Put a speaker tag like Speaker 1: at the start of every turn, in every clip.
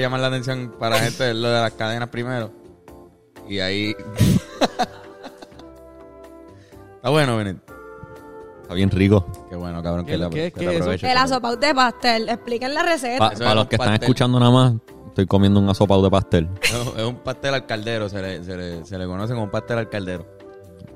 Speaker 1: canción para gente, lo de las cadenas primero. Y ahí. Está bueno, Benet.
Speaker 2: Está bien rico.
Speaker 1: Qué bueno, cabrón,
Speaker 3: ¿Qué-
Speaker 1: que, la,
Speaker 3: qué-
Speaker 1: que
Speaker 3: qué
Speaker 1: la
Speaker 3: es eso?
Speaker 1: aproveche.
Speaker 4: El azopau de pastel. Expliquen la receta.
Speaker 2: Pa-
Speaker 1: Eso
Speaker 2: para
Speaker 1: era
Speaker 2: los
Speaker 1: un
Speaker 2: que están
Speaker 1: pastel.
Speaker 2: escuchando nada más, estoy comiendo un asopado de pastel.
Speaker 1: Es un- es un pastel al caldero, se le, se le- se le conoce como pastel al caldero.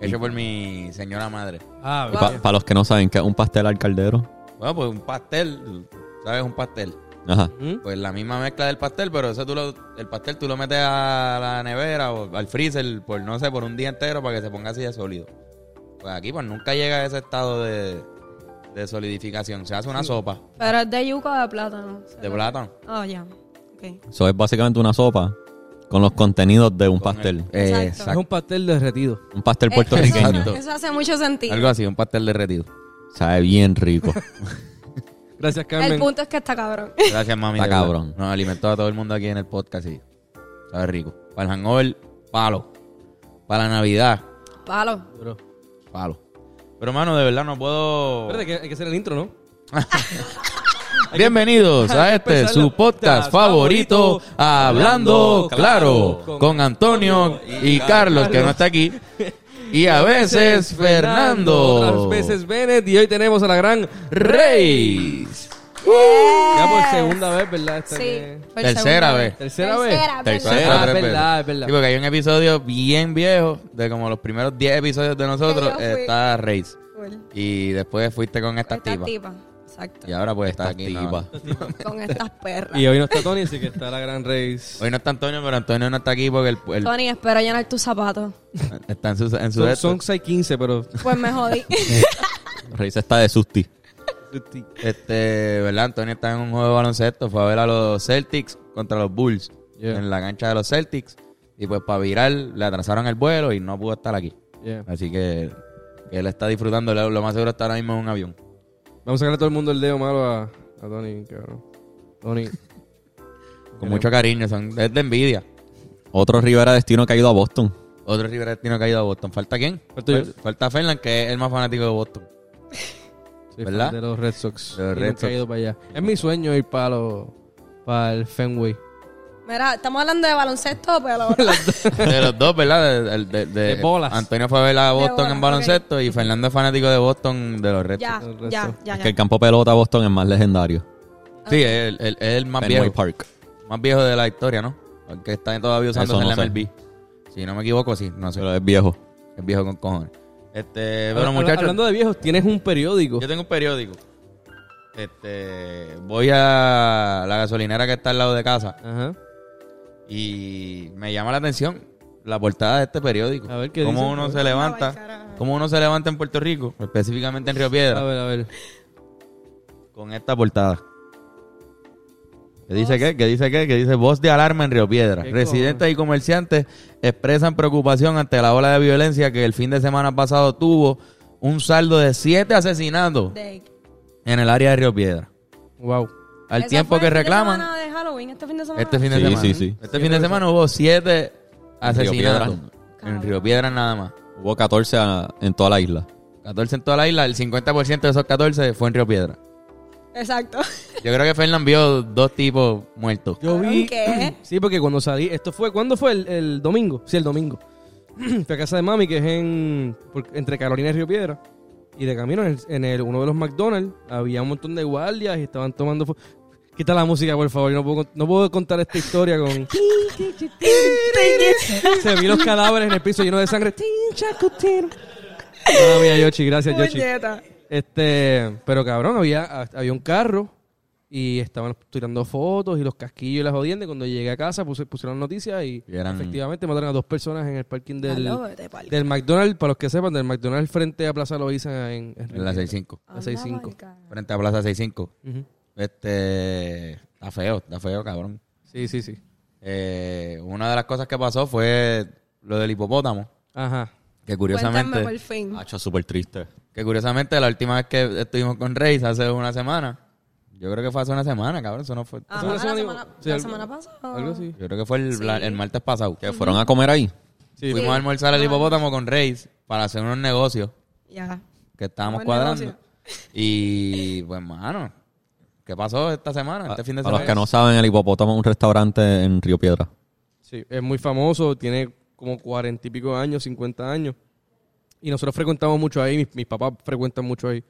Speaker 1: Hecho por mi señora madre.
Speaker 3: Ah,
Speaker 2: Y pa-
Speaker 3: bien.
Speaker 2: para los que no saben que es un pastel al caldero.
Speaker 1: Bueno, pues un pastel, ¿sabes? Un pastel.
Speaker 2: Ajá.
Speaker 3: ¿Mm?
Speaker 1: Pues la misma mezcla del pastel, pero eso tú lo, el pastel tú lo metes a la nevera o al freezer por, no sé, por un día entero para que se ponga así de sólido. Pues aquí pues nunca llega a ese estado de, de solidificación. Se hace una sopa
Speaker 4: Pero es de yuca o de plátano.
Speaker 1: de plátano.
Speaker 4: Oh, ya. Ok.
Speaker 2: Eso es básicamente una sopa con los contenidos de un
Speaker 1: Con
Speaker 2: pastel.
Speaker 1: el- eh,
Speaker 4: Exacto.
Speaker 3: Es un pastel derretido.
Speaker 2: Un pastel
Speaker 4: Eh,
Speaker 2: puertorriqueño.
Speaker 4: Eso, eso hace mucho sentido.
Speaker 1: Algo así, un pastel derretido.
Speaker 2: Sabe bien rico.
Speaker 3: Gracias,
Speaker 4: El
Speaker 3: Carmen.
Speaker 4: punto es que está cabrón.
Speaker 1: Gracias, mami.
Speaker 2: Está
Speaker 1: de verdad.
Speaker 2: cabrón.
Speaker 1: Nos alimentó a todo el mundo aquí en el podcast y sabe rico. Para el hangover, palo. Para la Navidad,
Speaker 4: Palo.
Speaker 3: Bro.
Speaker 1: palo. Pero, mano, de verdad no puedo...
Speaker 3: Espérate, que hay que hacer el intro, ¿no?
Speaker 1: Bienvenidos a este,
Speaker 3: empezar
Speaker 1: su
Speaker 3: la-
Speaker 1: podcast
Speaker 3: la-
Speaker 1: favorito,
Speaker 3: favorito,
Speaker 1: Hablando
Speaker 3: Hablando
Speaker 1: Claro,
Speaker 3: Claro,
Speaker 1: con
Speaker 3: con
Speaker 1: Antonio
Speaker 3: Antonio
Speaker 1: y
Speaker 3: y
Speaker 1: Carlos,
Speaker 3: Carlos.
Speaker 1: que no está aquí, y a veces Fernando,
Speaker 3: Otras veces Bennett. Y hoy tenemos a la gran
Speaker 1: Reyes.
Speaker 3: Ya por segunda vez, ¿verdad? Esta
Speaker 4: Sí.
Speaker 3: que-
Speaker 4: por
Speaker 1: pues, Tercera
Speaker 4: segunda
Speaker 1: vez.
Speaker 3: ¿Tercera vez?
Speaker 4: Tercera,
Speaker 1: Tercera,
Speaker 3: Ah,
Speaker 1: tres
Speaker 3: es
Speaker 1: veces.
Speaker 3: verdad, es verdad.
Speaker 1: Sí, porque hay un episodio bien viejo, de como los primeros 10 episodios de nosotros,
Speaker 4: Que yo fui.
Speaker 1: está Reyes.
Speaker 4: Cool.
Speaker 1: Y después fuiste con esta,
Speaker 4: Esta
Speaker 1: tipa.
Speaker 4: tipa. Exacto.
Speaker 1: Y ahora pues está
Speaker 2: Esta
Speaker 1: aquí.
Speaker 2: tipa.
Speaker 1: ¿no?
Speaker 4: Con estas perras.
Speaker 3: Y hoy no está Tony, así que está la gran Reis.
Speaker 1: Hoy no está Antonio, pero Antonio no está aquí porque el, el-
Speaker 4: Tony, espero llenar tus zapatos.
Speaker 1: está en su, en su
Speaker 3: Son,
Speaker 1: esto.
Speaker 3: son 6.15, pero...
Speaker 4: Pues me jodí.
Speaker 2: Reis está de susti.
Speaker 1: Este, ¿verdad? Antonio está en un juego de baloncesto. Fue a ver a los Celtics contra los Bulls.
Speaker 3: Yeah.
Speaker 1: En la cancha de los Celtics. Y pues para virar, le atrasaron el vuelo y no pudo estar aquí.
Speaker 3: Yeah.
Speaker 1: Así que, que él está disfrutando. Lo lo más seguro está ahora mismo en un avión.
Speaker 3: Vamos a sacarle a todo el mundo el dedo malo a, a Tony, cabrón. Tony.
Speaker 1: Con mucho cariño. Son, es de envidia.
Speaker 2: Otro Rivera Destino que ha ido a Boston.
Speaker 1: Otro Rivera Destino que ha ido a Boston. ¿Falta quién?
Speaker 3: Falto yo.
Speaker 1: Fal- Falta Fernan, que es el más fanático de Boston.
Speaker 3: soy fan
Speaker 1: ¿Verdad?
Speaker 3: De los Red Sox.
Speaker 1: De los
Speaker 3: Y
Speaker 1: Red
Speaker 3: nunca
Speaker 1: Sox.
Speaker 3: he ido para allá. Es mi sueño ir para los... Para el Fenway.
Speaker 4: Mira, estamos hablando de baloncesto, pero
Speaker 1: De los dos, ¿verdad? De, de- de-
Speaker 3: De bolas.
Speaker 1: Antonio fue a ver a Boston
Speaker 4: bolas,
Speaker 1: en baloncesto y Fernando es fanático de Boston de los Red
Speaker 4: ya,
Speaker 3: El resto.
Speaker 4: ya, ya,
Speaker 2: Es
Speaker 4: ya.
Speaker 2: que el campo pelota Boston es más legendario.
Speaker 1: Sox. Sí, es el, el- es el más
Speaker 2: Fenway
Speaker 1: viejo.
Speaker 2: Park.
Speaker 1: más viejo de la historia, ¿no? El que está todavía usando
Speaker 2: Eso
Speaker 1: en
Speaker 2: no
Speaker 1: la
Speaker 2: sé.
Speaker 1: MLB. Si no me equivoco, sí, no sé.
Speaker 2: Pero es viejo.
Speaker 1: Es viejo con cojones. Este,
Speaker 3: Habla-
Speaker 1: bueno, muchachos,
Speaker 3: Hablando de viejos, tienes un periódico.
Speaker 1: yo tengo un periódico. Este, voy a la gasolinera que está al lado de casa
Speaker 3: Ajá.
Speaker 1: y me llama la atención la portada de este periódico.
Speaker 3: A ver, ¿qué
Speaker 1: cómo
Speaker 3: dice?
Speaker 1: uno
Speaker 3: A ver.
Speaker 1: se
Speaker 4: Ay,
Speaker 1: levanta,
Speaker 4: carajo.
Speaker 1: cómo uno se levanta en Puerto Rico, específicamente en Río
Speaker 3: A
Speaker 1: Piedra,
Speaker 3: ver, a ver.
Speaker 1: con esta
Speaker 2: Ah,
Speaker 1: portada. ¿Qué dice qué? ¿Qué dice qué? Que dice voz de alarma en Río Piedra.
Speaker 3: ¿Qué
Speaker 1: Residentes y comerciantes expresan preocupación ante la ola de violencia que el fin de semana pasado tuvo un saldo de siete asesinatos
Speaker 4: De-
Speaker 1: en el área de Río Piedra.
Speaker 3: Wow.
Speaker 1: Al
Speaker 4: ¿Eso
Speaker 1: tiempo
Speaker 4: fue
Speaker 1: que
Speaker 4: el fin de
Speaker 1: reclaman,
Speaker 4: semana de Halloween, este fin de semana.
Speaker 1: este fin de
Speaker 2: Sí,
Speaker 1: semana,
Speaker 2: sí, sí.
Speaker 1: este fin de semana hubo siete asesinatos
Speaker 2: Piedra.
Speaker 1: en Río Piedra nada más.
Speaker 2: Hubo 14 a- en toda la isla.
Speaker 1: 14 en toda la isla, el 50% de esos 14 fue en Río Piedra.
Speaker 4: Exacto.
Speaker 1: Yo creo que Fernán vio dos tipos muertos.
Speaker 3: Yo
Speaker 4: Cabrón,
Speaker 3: vi.
Speaker 4: ¿qué?
Speaker 3: Sí, porque cuando salí. Esto fue. ¿Cuándo fue? El, el domingo. Sí, el domingo. Fui a casa de mami, que es en. por- entre Carolina y Río Piedra. Y de camino en, el- en el- uno de los McDonald's había un montón de guardias y estaban tomando. fo- Quita la música, por favor. Yo no puedo, con- no puedo contar esta historia con. Se vi los cadáveres en el piso lleno de sangre. Madre mía, Yoshi. Gracias, Yoshi.
Speaker 4: Puñeta.
Speaker 3: Este, pero cabrón, había, había un carro y estaban tirando fotos y los casquillos y las jodiendas. Y Cuando llegué a casa puse- pusieron noticias y,
Speaker 1: Y eran-
Speaker 3: efectivamente mataron a dos personas en el parking del,
Speaker 4: Aló, vete pa'l-
Speaker 3: del McDonald's, para los que sepan, del McDonald's frente a Plaza Loiza en, en
Speaker 1: En la 65.
Speaker 3: la 65.
Speaker 4: Anda, marica.
Speaker 1: Frente a Plaza 65.
Speaker 3: Ujú.
Speaker 1: Este. Está feo, está feo, cabrón.
Speaker 3: Sí, sí, sí.
Speaker 1: Eh, una de las cosas que pasó fue lo del hipopótamo.
Speaker 3: Ajá.
Speaker 1: Que
Speaker 4: Cuéntame por
Speaker 1: curiosamente.
Speaker 4: fin.
Speaker 2: Hacho, súper triste.
Speaker 1: Que curiosamente, la última vez que estuvimos con Reis hace una semana. Yo creo que fue hace una semana, cabrón. Eso no fue.
Speaker 4: Ajá,
Speaker 3: ¿Hace una
Speaker 4: la
Speaker 3: semana
Speaker 4: semana,
Speaker 3: igual? Sí,
Speaker 4: la
Speaker 3: algo-
Speaker 4: semana pasada.
Speaker 3: Algo así.
Speaker 1: Yo creo que fue el, la- el martes pasado.
Speaker 2: Que fueron a comer ahí.
Speaker 3: Sí.
Speaker 1: Fuimos a almorzar al hipopótamo con Reis para hacer unos negocios
Speaker 4: Ya.
Speaker 1: que estábamos
Speaker 4: Buen
Speaker 1: cuadrando.
Speaker 4: negocio.
Speaker 1: Y pues, mano, ¿Qué pasó esta semana? Este fin de
Speaker 2: Para los
Speaker 1: semana.
Speaker 2: que no saben, el hipopótamo es un restaurante en Río Piedra.
Speaker 3: Sí, es muy famoso, tiene como cuarenta y pico de años, 50 años. Y nosotros frecuentamos mucho ahí, mis, mis papás frecuentan mucho ahí.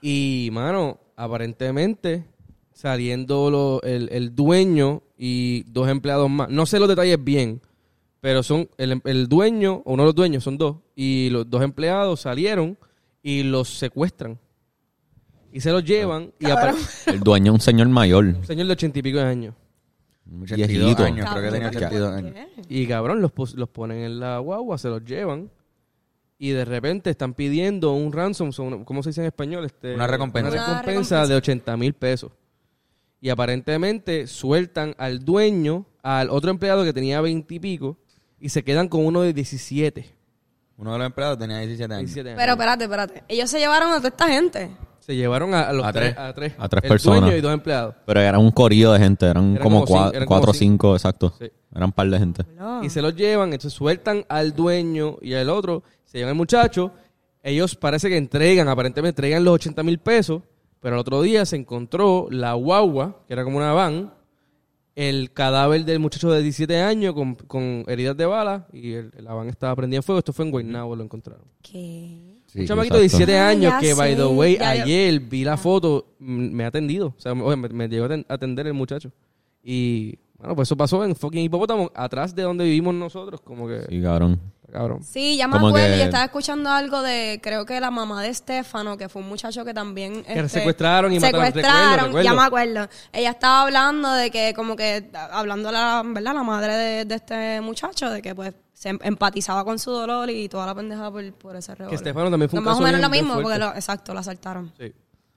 Speaker 3: Y, mano, aparentemente saliendo lo- el, el dueño y dos empleados más. No sé los detalles bien, pero son el, el dueño, o uno de los dueños, son dos. Y los dos empleados salieron y los secuestran. Y se los llevan. Y apar-
Speaker 2: El dueño es un señor mayor.
Speaker 3: un señor de ochenta y pico de años.
Speaker 1: 82
Speaker 2: viejito.
Speaker 1: años, creo que tenía
Speaker 4: Cabrón,
Speaker 1: 82
Speaker 4: ¿por
Speaker 1: años.
Speaker 4: qué?
Speaker 3: Y cabrón, los, pos- los ponen en la guagua, se los llevan. Y de repente están pidiendo un ransom, so- una- ¿cómo se dice en español? Este,
Speaker 1: Una recompensa.
Speaker 3: Una
Speaker 4: Una
Speaker 3: recompensa de 80 mil pesos. Y aparentemente sueltan al dueño, al otro empleado que tenía 20 y pico, y se quedan con uno de 17.
Speaker 1: Uno de los empleados tenía 17 años.
Speaker 3: 17 años.
Speaker 4: Pero espérate, espérate. Ellos se llevaron a toda esta gente.
Speaker 3: se llevaron a, a los
Speaker 1: A
Speaker 3: tres,
Speaker 1: tres.
Speaker 3: a tres.
Speaker 2: A tres
Speaker 3: El
Speaker 2: personas.
Speaker 3: dueño y dos empleados.
Speaker 2: Pero era un corillo de gente, eran,
Speaker 3: Eran
Speaker 2: como,
Speaker 3: como cin-
Speaker 2: cua-
Speaker 3: eran como
Speaker 2: cuatro o
Speaker 3: cin-
Speaker 2: cinco, exacto.
Speaker 3: Sí.
Speaker 2: Eran un par de gente.
Speaker 4: Ah.
Speaker 3: y se los llevan, entonces sueltan al dueño y al otro, se llevan al muchacho, ellos parece que entregan, aparentemente entregan los 80 mil pesos, pero al otro día se encontró la guagua, que era como una van, el cadáver del muchacho de 17 años con, con heridas de bala y el, la van estaba prendida en fuego, esto fue en Guaynabo, lo encontraron.
Speaker 4: ¿Qué?
Speaker 2: Sí,
Speaker 3: Un chamaquito de
Speaker 2: exacto.
Speaker 3: 17
Speaker 4: Ah,
Speaker 3: años
Speaker 4: ya
Speaker 3: que, by the
Speaker 4: sé,
Speaker 3: way,
Speaker 4: ya yo- Ah.
Speaker 3: ayer vi la foto, mm, me ha atendido. O sea, me, oye, me- me llegó a aten- atender el muchacho. Y, bueno, pues eso pasó en fucking hipopótamo, atrás de donde vivimos nosotros, como que...
Speaker 2: Sí, cabrón.
Speaker 3: Cabrón.
Speaker 4: Sí, ya me
Speaker 2: Como
Speaker 4: acuerdo.
Speaker 2: que-
Speaker 4: Yo estaba escuchando algo de, creo que la mamá de Estefano, que fue un muchacho que también... este,
Speaker 3: secuestraron y mataron.
Speaker 4: secuestraron,
Speaker 3: Recuerdo,
Speaker 4: ya
Speaker 3: recuerdo.
Speaker 4: me acuerdo. Ella estaba hablando de que, como que, hablando la, ¿verdad? La madre de, de este muchacho, de que pues se em- empatizaba con su dolor y toda la pendeja por, por ese revólver.
Speaker 3: Estefano también fue un
Speaker 4: Más
Speaker 3: caso
Speaker 4: o menos
Speaker 3: bien-
Speaker 4: lo
Speaker 3: bien
Speaker 4: mismo, porque
Speaker 3: fuerte.
Speaker 4: lo, exacto, lo asaltaron.
Speaker 3: Sí.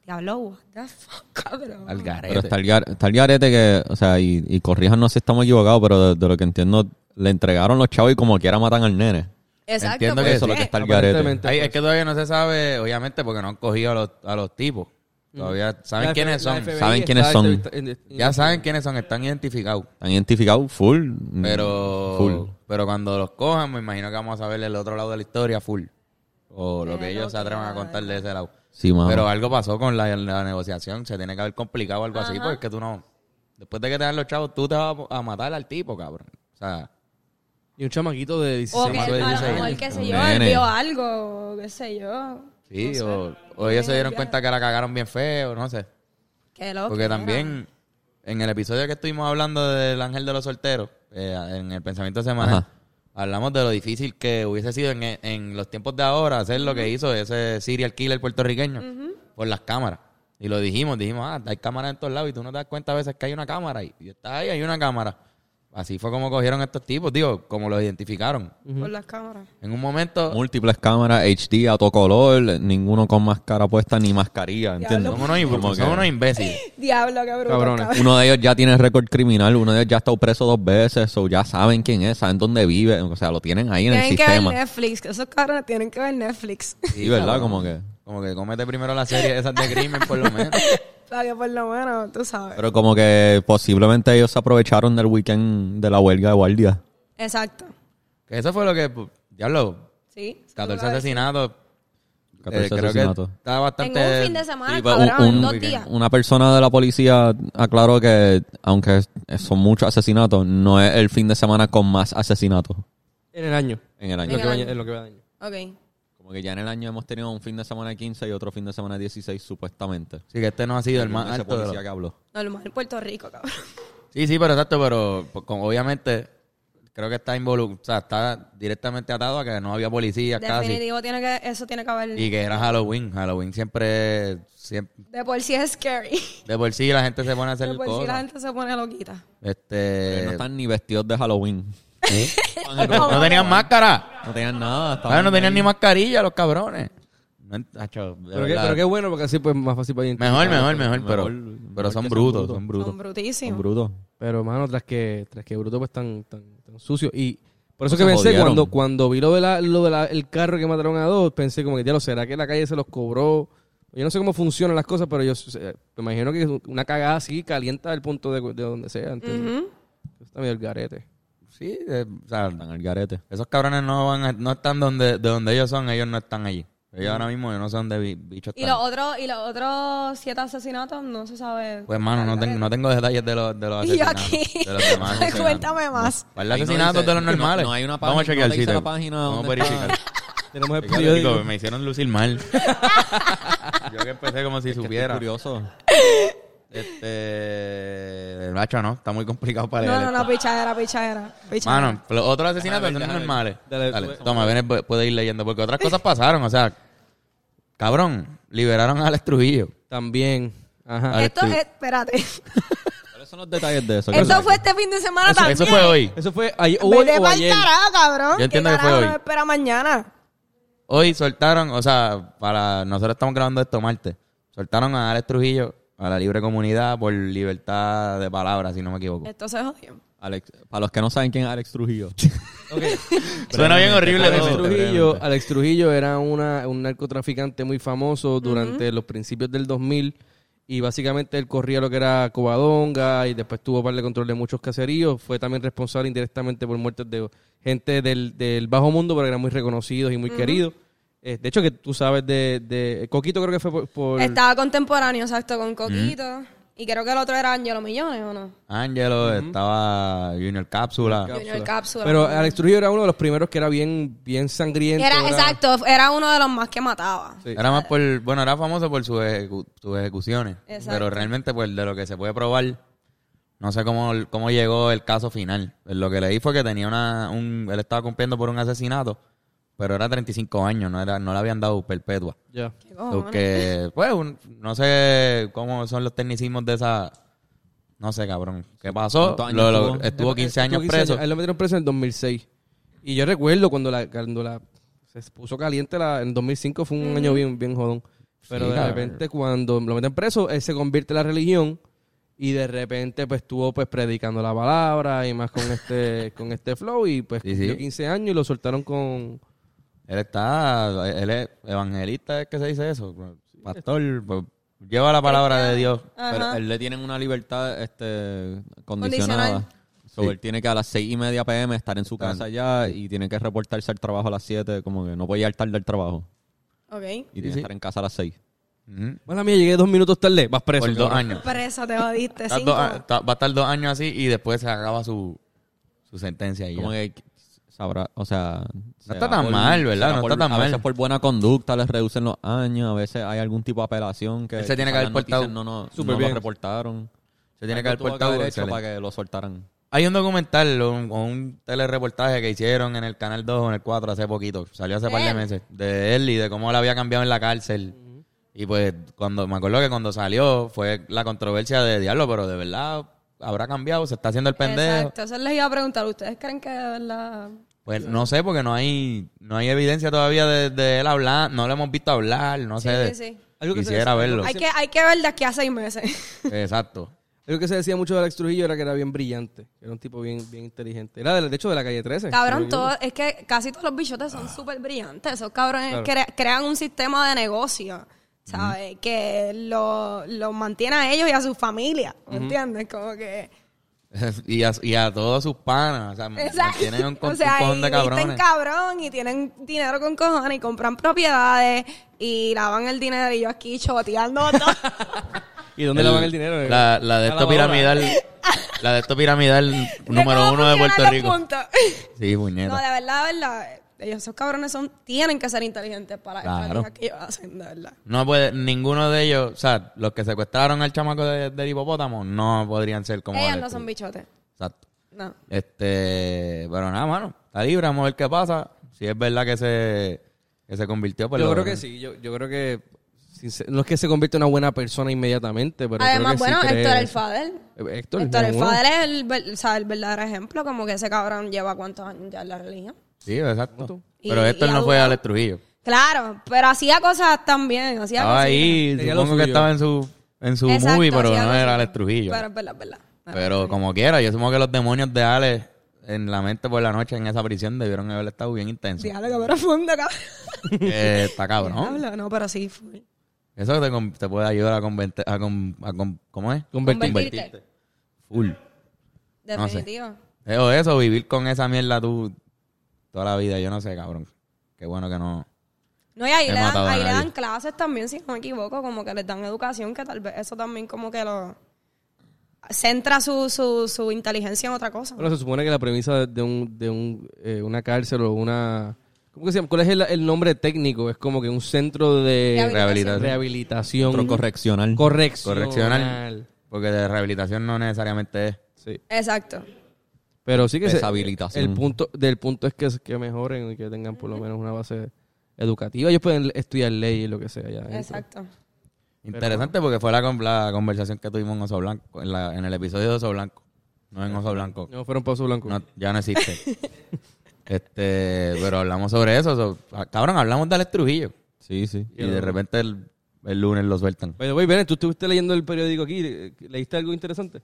Speaker 4: Diablo, what the fuck, cabrón.
Speaker 1: Al
Speaker 2: Pero
Speaker 1: garete.
Speaker 2: está el, gar- está el garete que, o sea, y, y corríjanos si estamos equivocados, pero de, de lo que entiendo, le entregaron los chavos y como quiera matan al nene.
Speaker 4: Exacto.
Speaker 1: Entiendo
Speaker 4: ¿por
Speaker 1: que eso
Speaker 2: es lo
Speaker 4: qué?
Speaker 2: que está- Está el garete.
Speaker 3: Aparentemente.
Speaker 1: Ahí es que todavía no se sabe, obviamente, porque no han cogido a los, a los tipos. Todavía saben
Speaker 3: La
Speaker 1: quiénes
Speaker 3: F- la
Speaker 1: son.
Speaker 3: FBI
Speaker 2: saben quiénes
Speaker 3: está-
Speaker 2: son.
Speaker 3: está- en- en-
Speaker 1: Ya saben quiénes son, están identificados.
Speaker 2: Están identificados full.
Speaker 1: Pero,
Speaker 2: Mm. Full.
Speaker 1: pero cuando los cojan, me imagino que vamos a ver el otro lado de la historia full. O lo
Speaker 4: Qué
Speaker 1: que ellos se atrevan a
Speaker 4: loquera,
Speaker 1: contar de ese lado.
Speaker 2: Sí, mano.
Speaker 1: Pero algo pasó con la, la negociación. Se tiene que haber complicado algo así, porque es que tú no. Después de que te dan los chavos, tú te vas a a matar al tipo, cabrón. O sea,
Speaker 3: Y un chamaquito de
Speaker 4: O
Speaker 3: 16
Speaker 4: que,
Speaker 1: Mamá
Speaker 4: a
Speaker 1: de
Speaker 4: lo
Speaker 1: 16
Speaker 4: mejor,
Speaker 1: años.
Speaker 4: qué sé
Speaker 2: Un
Speaker 4: yo, él
Speaker 2: nene.
Speaker 4: vio algo, qué sé yo.
Speaker 1: sí,
Speaker 4: No sé.
Speaker 1: o, o ellos se dieron cuenta que la cagaron bien feo, no sé.
Speaker 4: Qué loco.
Speaker 1: Porque también, en el episodio que estuvimos hablando del ángel de los solteros, eh, en el pensamiento semanal,
Speaker 2: Ajá.
Speaker 1: hablamos de lo difícil que hubiese sido en, en los tiempos de ahora hacer lo que hizo ese serial killer puertorriqueño por las cámaras. Y lo dijimos, dijimos, ah, hay cámaras en todos lados y tú no te das cuenta a veces que hay una cámara y, y está ahí, hay una cámara. Así fue como cogieron a estos tipos, digo, como los identificaron.
Speaker 4: Por las cámaras.
Speaker 1: En un momento,
Speaker 2: Múltiples cámaras, HD, a todo color, ninguno con máscara puesta ni mascarilla, ¿entiendes?
Speaker 1: son unos,
Speaker 2: Como
Speaker 1: ibru-
Speaker 2: que
Speaker 1: son unos imbéciles.
Speaker 4: Diablo, qué bruto,
Speaker 3: Cabrones.
Speaker 4: cabrón.
Speaker 2: uno de ellos ya tiene récord criminal, uno de ellos ya ha estado preso dos veces, o ya saben quién es, saben dónde vive, o sea, lo tienen ahí en el
Speaker 4: Tienen que ver
Speaker 2: sistema.
Speaker 4: Netflix. Esos cabrones tienen que ver Netflix.
Speaker 2: Sí, ¿verdad? Como que...
Speaker 1: Como que comete primero la serie esas de crimen, por lo menos.
Speaker 4: Para que por lo menos, tú sabes.
Speaker 2: Pero como que posiblemente ellos se aprovecharon del weekend de la huelga de guardia.
Speaker 4: Exacto.
Speaker 1: Que eso fue lo que, pu- diablo,
Speaker 4: Sí.
Speaker 1: 14
Speaker 4: Lugares.
Speaker 1: asesinatos. eh,
Speaker 2: 14
Speaker 1: creo
Speaker 2: asesinatos.
Speaker 1: que está
Speaker 4: En
Speaker 1: bastante...
Speaker 4: un fin de semana,
Speaker 2: Sí, pues, un-
Speaker 4: cabrón, en
Speaker 2: un-
Speaker 4: dos días.
Speaker 2: Una persona de la policía aclaró que, aunque son muchos asesinatos, no es el fin de semana con más asesinatos
Speaker 3: en el año.
Speaker 2: en el
Speaker 3: En
Speaker 2: año.
Speaker 3: lo que va-
Speaker 4: año.
Speaker 3: en lo que va de año.
Speaker 4: Ok.
Speaker 2: Como que ya en el año hemos tenido un fin de semana de 15 y otro fin de semana de 16, supuestamente.
Speaker 1: Sí, que este no ha sido el
Speaker 2: Según
Speaker 1: más
Speaker 2: ese
Speaker 1: alto de
Speaker 2: policía
Speaker 1: los-
Speaker 2: que habló.
Speaker 4: Normal, Puerto Rico, cabrón.
Speaker 1: Sí, sí, pero exacto, pero pues, con- obviamente creo que está involucrado, o sea, está directamente atado a que no había policías casi.
Speaker 4: Definitivo, tiene que, eso tiene que haber.
Speaker 1: Y que era Halloween. Halloween siempre, siempre...
Speaker 4: De por sí es scary.
Speaker 1: De por sí la gente se pone a hacer
Speaker 4: De por sí la
Speaker 1: cosas.
Speaker 4: gente se pone loquita.
Speaker 1: Este...
Speaker 2: no están ni vestidos de Halloween.
Speaker 1: ¿Eh?
Speaker 2: Estaban en ropa.
Speaker 1: No tenían máscara.
Speaker 2: No tenían nada.
Speaker 1: Ah,
Speaker 2: estaban
Speaker 1: no tenían
Speaker 2: ahí.
Speaker 1: ni mascarilla los cabrones. No ent- Hacho, de
Speaker 3: Pero qué,
Speaker 1: verdad.
Speaker 3: pero qué bueno, porque así pues más fácil para identificar.
Speaker 1: Mejor, mejor, mejor, pero,
Speaker 2: mejor
Speaker 1: pero
Speaker 2: que
Speaker 1: son
Speaker 2: son
Speaker 1: brutos,
Speaker 2: brutos.
Speaker 1: son brutos.
Speaker 4: Son brutísimos.
Speaker 2: Son brutos.
Speaker 3: Pero, mano, tras que, tras que Bruto, pues tan, tan, tan sucio. Y por eso
Speaker 2: Pues
Speaker 3: que
Speaker 2: se
Speaker 3: pensé,
Speaker 2: jodieron.
Speaker 3: cuando, cuando vi lo del de la- lo de la- el carro que mataron a dos, pensé como que, ya lo será que la calle se los cobró. Yo no sé cómo funcionan las cosas, pero yo se- me imagino que una cagada así calienta el punto de, de donde sea. ¿entiendes?
Speaker 4: Ujú.
Speaker 3: Está medio el garete.
Speaker 1: Sí, eh, o sea,
Speaker 2: Están al garete.
Speaker 1: esos cabrones no van a- no están donde, de donde ellos son, ellos no están allí. Yo ahora mismo yo no sé dónde bi- bicho
Speaker 4: Y
Speaker 1: está.
Speaker 4: los otros, y los otros siete asesinatos no se sabe.
Speaker 1: Pues, mano, no, ten- no tengo detalles de los, de los
Speaker 4: y yo
Speaker 1: asesinatos.
Speaker 4: aquí.
Speaker 1: De los demás asesinatos.
Speaker 4: Cuéntame más.
Speaker 1: ¿Cuál es
Speaker 2: Ahí
Speaker 1: el
Speaker 2: no
Speaker 1: asesinato
Speaker 2: dice-
Speaker 1: de los
Speaker 2: no-
Speaker 1: normales?
Speaker 2: no hay una
Speaker 1: Vamos a
Speaker 2: página,
Speaker 1: chequear
Speaker 2: no
Speaker 1: el
Speaker 2: te dice
Speaker 1: sitio.
Speaker 2: la página
Speaker 1: Vamos a
Speaker 2: dónde está.
Speaker 1: verificar.
Speaker 3: Tenemos el
Speaker 1: Chico,
Speaker 3: periódico.
Speaker 1: me hicieron lucir mal. Yo que empecé como si
Speaker 2: Que estoy
Speaker 1: supiera.
Speaker 2: curioso.
Speaker 1: Este. Macho, no. Está muy complicado para
Speaker 4: No,
Speaker 1: leer
Speaker 4: no,
Speaker 1: esto.
Speaker 4: no, pichadera, pichadera. pichadera.
Speaker 1: Mano, los otros asesinatos son
Speaker 2: Déjame ver, déjame
Speaker 1: normales.
Speaker 3: ver. Dale,
Speaker 1: Dale,
Speaker 3: sube.
Speaker 1: toma, ven, pu- puedes ir leyendo. Porque otras cosas pasaron, o sea. Cabrón, liberaron a Alex Trujillo.
Speaker 3: También. Ajá.
Speaker 1: Alex
Speaker 4: Esto
Speaker 1: Cruz.
Speaker 4: es, espérate.
Speaker 2: ¿Cuáles son los detalles de eso?
Speaker 4: Esto fue este fin de semana
Speaker 1: Eso,
Speaker 4: también.
Speaker 1: eso fue hoy.
Speaker 3: Eso fue ahí, hoy
Speaker 4: Vete
Speaker 3: o
Speaker 4: pa'l
Speaker 3: ayer.
Speaker 4: carajo, cabrón.
Speaker 1: Yo
Speaker 4: ¿Qué
Speaker 1: entiendo que fue
Speaker 4: carajo
Speaker 1: hoy.
Speaker 4: nos espera mañana.
Speaker 1: Hoy soltaron, o sea, para nosotros estamos grabando esto martes. Soltaron a Alex Trujillo a la libre comunidad por libertad de palabra, si no me equivoco.
Speaker 4: Esto se jodió.
Speaker 2: Alex, para los que no saben quién es Alex Trujillo.
Speaker 1: Suena bien horrible.
Speaker 2: Brevemente,
Speaker 3: Alex
Speaker 1: todo.
Speaker 3: Trujillo, Alex Trujillo era una, un narcotraficante muy famoso durante los principios del 2000 y básicamente él corría lo que era Covadonga y después tuvo par de control de muchos caseríos. Fue también responsable indirectamente por muertes de gente del, del bajo mundo, pero que eran muy reconocidos y muy queridos. Eh, de hecho, que tú sabes de, de- Coquito creo que fue por... por-
Speaker 4: Estaba contemporáneo, exacto, con Coquito.
Speaker 1: Mm.
Speaker 4: Y creo que el otro era Angelo Millones, ¿o no?
Speaker 1: Ángelo, estaba Junior Cápsula.
Speaker 4: Junior Cápsula.
Speaker 3: Pero eh, Alex Trujillo era uno de los primeros que era bien, bien sangriento.
Speaker 4: Era, exacto, era uno de los más que mataba.
Speaker 3: Sí.
Speaker 1: Era más por, bueno, era famoso por sus, ejecu- sus ejecuciones.
Speaker 4: Exacto.
Speaker 1: Pero realmente, pues, de lo que se puede probar, no sé cómo, cómo llegó el caso final. Pues, Lo que leí fue que tenía una, un, él estaba cumpliendo por un asesinato, pero era 35 años, no era, no le habían dado perpetua.
Speaker 3: Ya.
Speaker 4: Qué cojones.
Speaker 1: Porque, pues, un- no sé cómo son los tecnicismos de esa. No sé, cabrón. ¿Qué pasó?
Speaker 2: ¿Cuántos
Speaker 1: Lo-
Speaker 2: años
Speaker 1: lo-
Speaker 2: tuvo?
Speaker 3: Eh,
Speaker 1: estuvo 15 años
Speaker 3: Estuvo 15
Speaker 1: preso.
Speaker 3: A él lo metieron preso en el 2006. Y yo recuerdo cuando la, cuando la se puso caliente la, en 2005 fue un año bien, bien jodón. Pero
Speaker 1: Sí,
Speaker 3: de
Speaker 1: cabrón.
Speaker 3: repente cuando lo meten preso, él se convierte en la religión y de repente pues estuvo pues predicando la palabra y más con este con este flow y pues
Speaker 1: Sí, sí.
Speaker 3: cumplió 15 años y lo soltaron con
Speaker 1: Él está. Él es evangelista, es que se dice eso. Pastor, pues, lleva la palabra de Dios.
Speaker 2: Pero él le tienen una libertad este,
Speaker 4: Condicional.
Speaker 2: condicionada. So, Él tiene que a las 6 y media pm estar en su casa ya y tiene que reportarse al trabajo a las 7, como que no puede llegar tarde al trabajo.
Speaker 4: Ok.
Speaker 2: Y tiene
Speaker 1: sí.
Speaker 2: que estar en casa a las 6.
Speaker 1: Ujú.
Speaker 3: Mala mía, llegué dos minutos tarde, vas preso.
Speaker 1: Por dos
Speaker 3: cabrón.
Speaker 1: años.
Speaker 4: Preso, te jodiste.
Speaker 1: Está
Speaker 4: cinco.
Speaker 1: dos ah, a- está- va a estar dos años así y después se acaba su, su sentencia. ahí.
Speaker 2: Como que sabrá, o sea... será
Speaker 1: está tan mal, ¿verdad?
Speaker 2: será
Speaker 1: No
Speaker 2: por-
Speaker 1: está tan
Speaker 2: A veces
Speaker 1: mal.
Speaker 2: por buena conducta les reducen los años, a veces hay algún tipo de apelación que...
Speaker 1: Él se tiene que
Speaker 2: quizás
Speaker 1: haber
Speaker 2: las noticias
Speaker 1: portado
Speaker 2: No, no,
Speaker 3: súper
Speaker 2: no
Speaker 3: bien.
Speaker 2: lo reportaron.
Speaker 1: Se tiene que haber
Speaker 2: Algo tuvo
Speaker 1: portado
Speaker 2: hecho
Speaker 1: excelente.
Speaker 2: para que lo soltaran.
Speaker 1: Hay un documental o un, o un telereportaje que hicieron en el Canal 2 o en el 4 hace poquito. Salió hace par de
Speaker 4: él?
Speaker 1: meses. De él y de cómo le había cambiado en la cárcel. Y pues cuando me acuerdo que cuando salió fue la controversia de diablo, pero de verdad habrá cambiado, se está haciendo el pendejo.
Speaker 4: Exacto, eso les iba a preguntar. ¿Ustedes creen que de verdad...?
Speaker 1: Pues no sé porque no hay no hay evidencia todavía de, de él hablar, no lo hemos visto hablar, no sé.
Speaker 4: sí, sí.
Speaker 3: Algo que se
Speaker 1: Quisiera
Speaker 3: desarrolló.
Speaker 1: verlo.
Speaker 4: Hay que, hay que ver de aquí a seis meses.
Speaker 1: Exacto.
Speaker 3: Algo que se decía mucho de Alex Trujillo era que era bien brillante, era un tipo bien bien inteligente. Era de, de hecho de la calle 13.
Speaker 4: Cabrón,
Speaker 3: si no me
Speaker 4: todo, es que casi todos los bichotes
Speaker 1: Ah.
Speaker 4: son súper brillantes. Esos cabrones cre- crean un sistema de negocio, ¿sabes? Que los lo mantiene a ellos y a su familia, ¿me entiendes? Como que...
Speaker 1: y, a, y a todos sus panas, o sea, tienen Mm. un, con-
Speaker 4: o sea,
Speaker 1: un cojón
Speaker 4: y
Speaker 1: de
Speaker 4: visten
Speaker 1: cabrones.
Speaker 4: cabrón y tienen dinero con cojones y compran propiedades y lavan el dinero y yo aquí choteando todo.
Speaker 3: equivoco. ¿Y dónde
Speaker 1: El-
Speaker 3: le van el dinero?
Speaker 1: La, la de
Speaker 3: La
Speaker 1: esto
Speaker 3: lavadora.
Speaker 1: piramidal. La de esto piramidal número
Speaker 4: cómo
Speaker 1: uno de
Speaker 4: funcionan
Speaker 1: Puerto
Speaker 4: los
Speaker 1: Rico.
Speaker 4: puntos.
Speaker 1: Sí,
Speaker 4: No,
Speaker 1: puñeta.
Speaker 4: de verdad, de verdad. Ellos, esos cabrones son, tienen que ser inteligentes para las
Speaker 1: Claro.
Speaker 4: estrategias que ellos hacen, de verdad.
Speaker 1: No puede, ninguno de ellos, o sea, los que secuestraron al chamaco de- del hipopótamo no podrían ser como.
Speaker 4: Ellas
Speaker 1: Alex
Speaker 4: no son
Speaker 1: Cruz.
Speaker 4: bichotes.
Speaker 1: Exacto.
Speaker 4: No.
Speaker 1: Este, pero nada, mano, está libre, vamos a ver qué pasa. Si es verdad que se, que se convirtió, pues
Speaker 3: yo
Speaker 1: lo-
Speaker 3: creo que sí, yo, yo creo que sincer- no es que se convierta en una buena persona inmediatamente, pero
Speaker 4: Además,
Speaker 3: creo que sí
Speaker 4: bueno,
Speaker 3: cree-
Speaker 4: Héctor el Fader.
Speaker 3: Eh, Héctor,
Speaker 4: Héctor el
Speaker 3: número uno.
Speaker 4: Fader es el, ver- o sea, el verdadero ejemplo, como que ese cabrón lleva cuántos años ya en la religión.
Speaker 1: Sí, exacto.
Speaker 4: Y-
Speaker 1: Pero esto
Speaker 4: y
Speaker 1: no fue
Speaker 4: adulto.
Speaker 1: Alex Trujillo.
Speaker 4: Claro, pero hacía cosas también, hacía
Speaker 1: Estaba
Speaker 4: cosas.
Speaker 1: ahí,
Speaker 3: Tenía lo
Speaker 1: supongo que
Speaker 3: suyo.
Speaker 1: estaba en su, en su
Speaker 4: Exacto,
Speaker 1: movie, pero
Speaker 4: hacía
Speaker 1: no era
Speaker 4: cosas.
Speaker 1: Alex Trujillo.
Speaker 4: Pero es verdad, es verdad. No,
Speaker 1: Pero como quiera, yo supongo que los demonios de Alex en la mente por la noche en esa prisión debieron haber estado bien intensos.
Speaker 4: Diálogo profundo, cabrón.
Speaker 1: Eh, está cabrón.
Speaker 4: Habla, No, pero sí. full.
Speaker 1: Eso te, con- te puede ayudar a convertir. A con- a con- ¿Cómo es?
Speaker 3: Convertir.
Speaker 4: Convertirte.
Speaker 1: Full. No sé.
Speaker 4: Definitivo.
Speaker 1: Eh, O eso, vivir con esa mierda tú toda la vida. Yo no sé, cabrón. Qué bueno que no.
Speaker 4: No, y ahí,
Speaker 2: He
Speaker 4: le dan,
Speaker 2: matado a
Speaker 4: ahí le
Speaker 2: nadie.
Speaker 4: dan clases también, si no me equivoco, como que les dan educación, que tal vez eso también como que lo... Centra su, su, su inteligencia en otra cosa.
Speaker 3: Bueno, se supone que la premisa de- de, un, de un, eh, una cárcel o una... ¿Cómo que se llama? ¿Cuál es el, el nombre técnico? Es como que un centro de
Speaker 1: Rehabilitación.
Speaker 3: rehabilitación.
Speaker 2: Centro correccional.
Speaker 3: Correccional.
Speaker 1: Correccional. Porque de rehabilitación no necesariamente es.
Speaker 3: Sí.
Speaker 4: Exacto.
Speaker 3: Pero sí que se-
Speaker 2: Deshabilitación.
Speaker 3: el punto del punto es que, que mejoren y que tengan por lo menos una base educativa. Ellos pueden estudiar ley y lo que sea. allá adentro.
Speaker 4: Exacto.
Speaker 1: Interesante porque fue la, con- la conversación que tuvimos en Oso Blanco, en, la- en el episodio de Oso Blanco. No en Oso Blanco.
Speaker 3: No fueron paso blanco.
Speaker 1: No, ya no existe. este, pero hablamos sobre eso. so- ah, cabrón, hablamos de Alex Trujillo.
Speaker 2: Sí, sí.
Speaker 1: Y de repente el, el lunes lo sueltan.
Speaker 3: By the way, Bennett, tú estuviste leyendo el periódico aquí. ¿le- ¿Leíste algo interesante?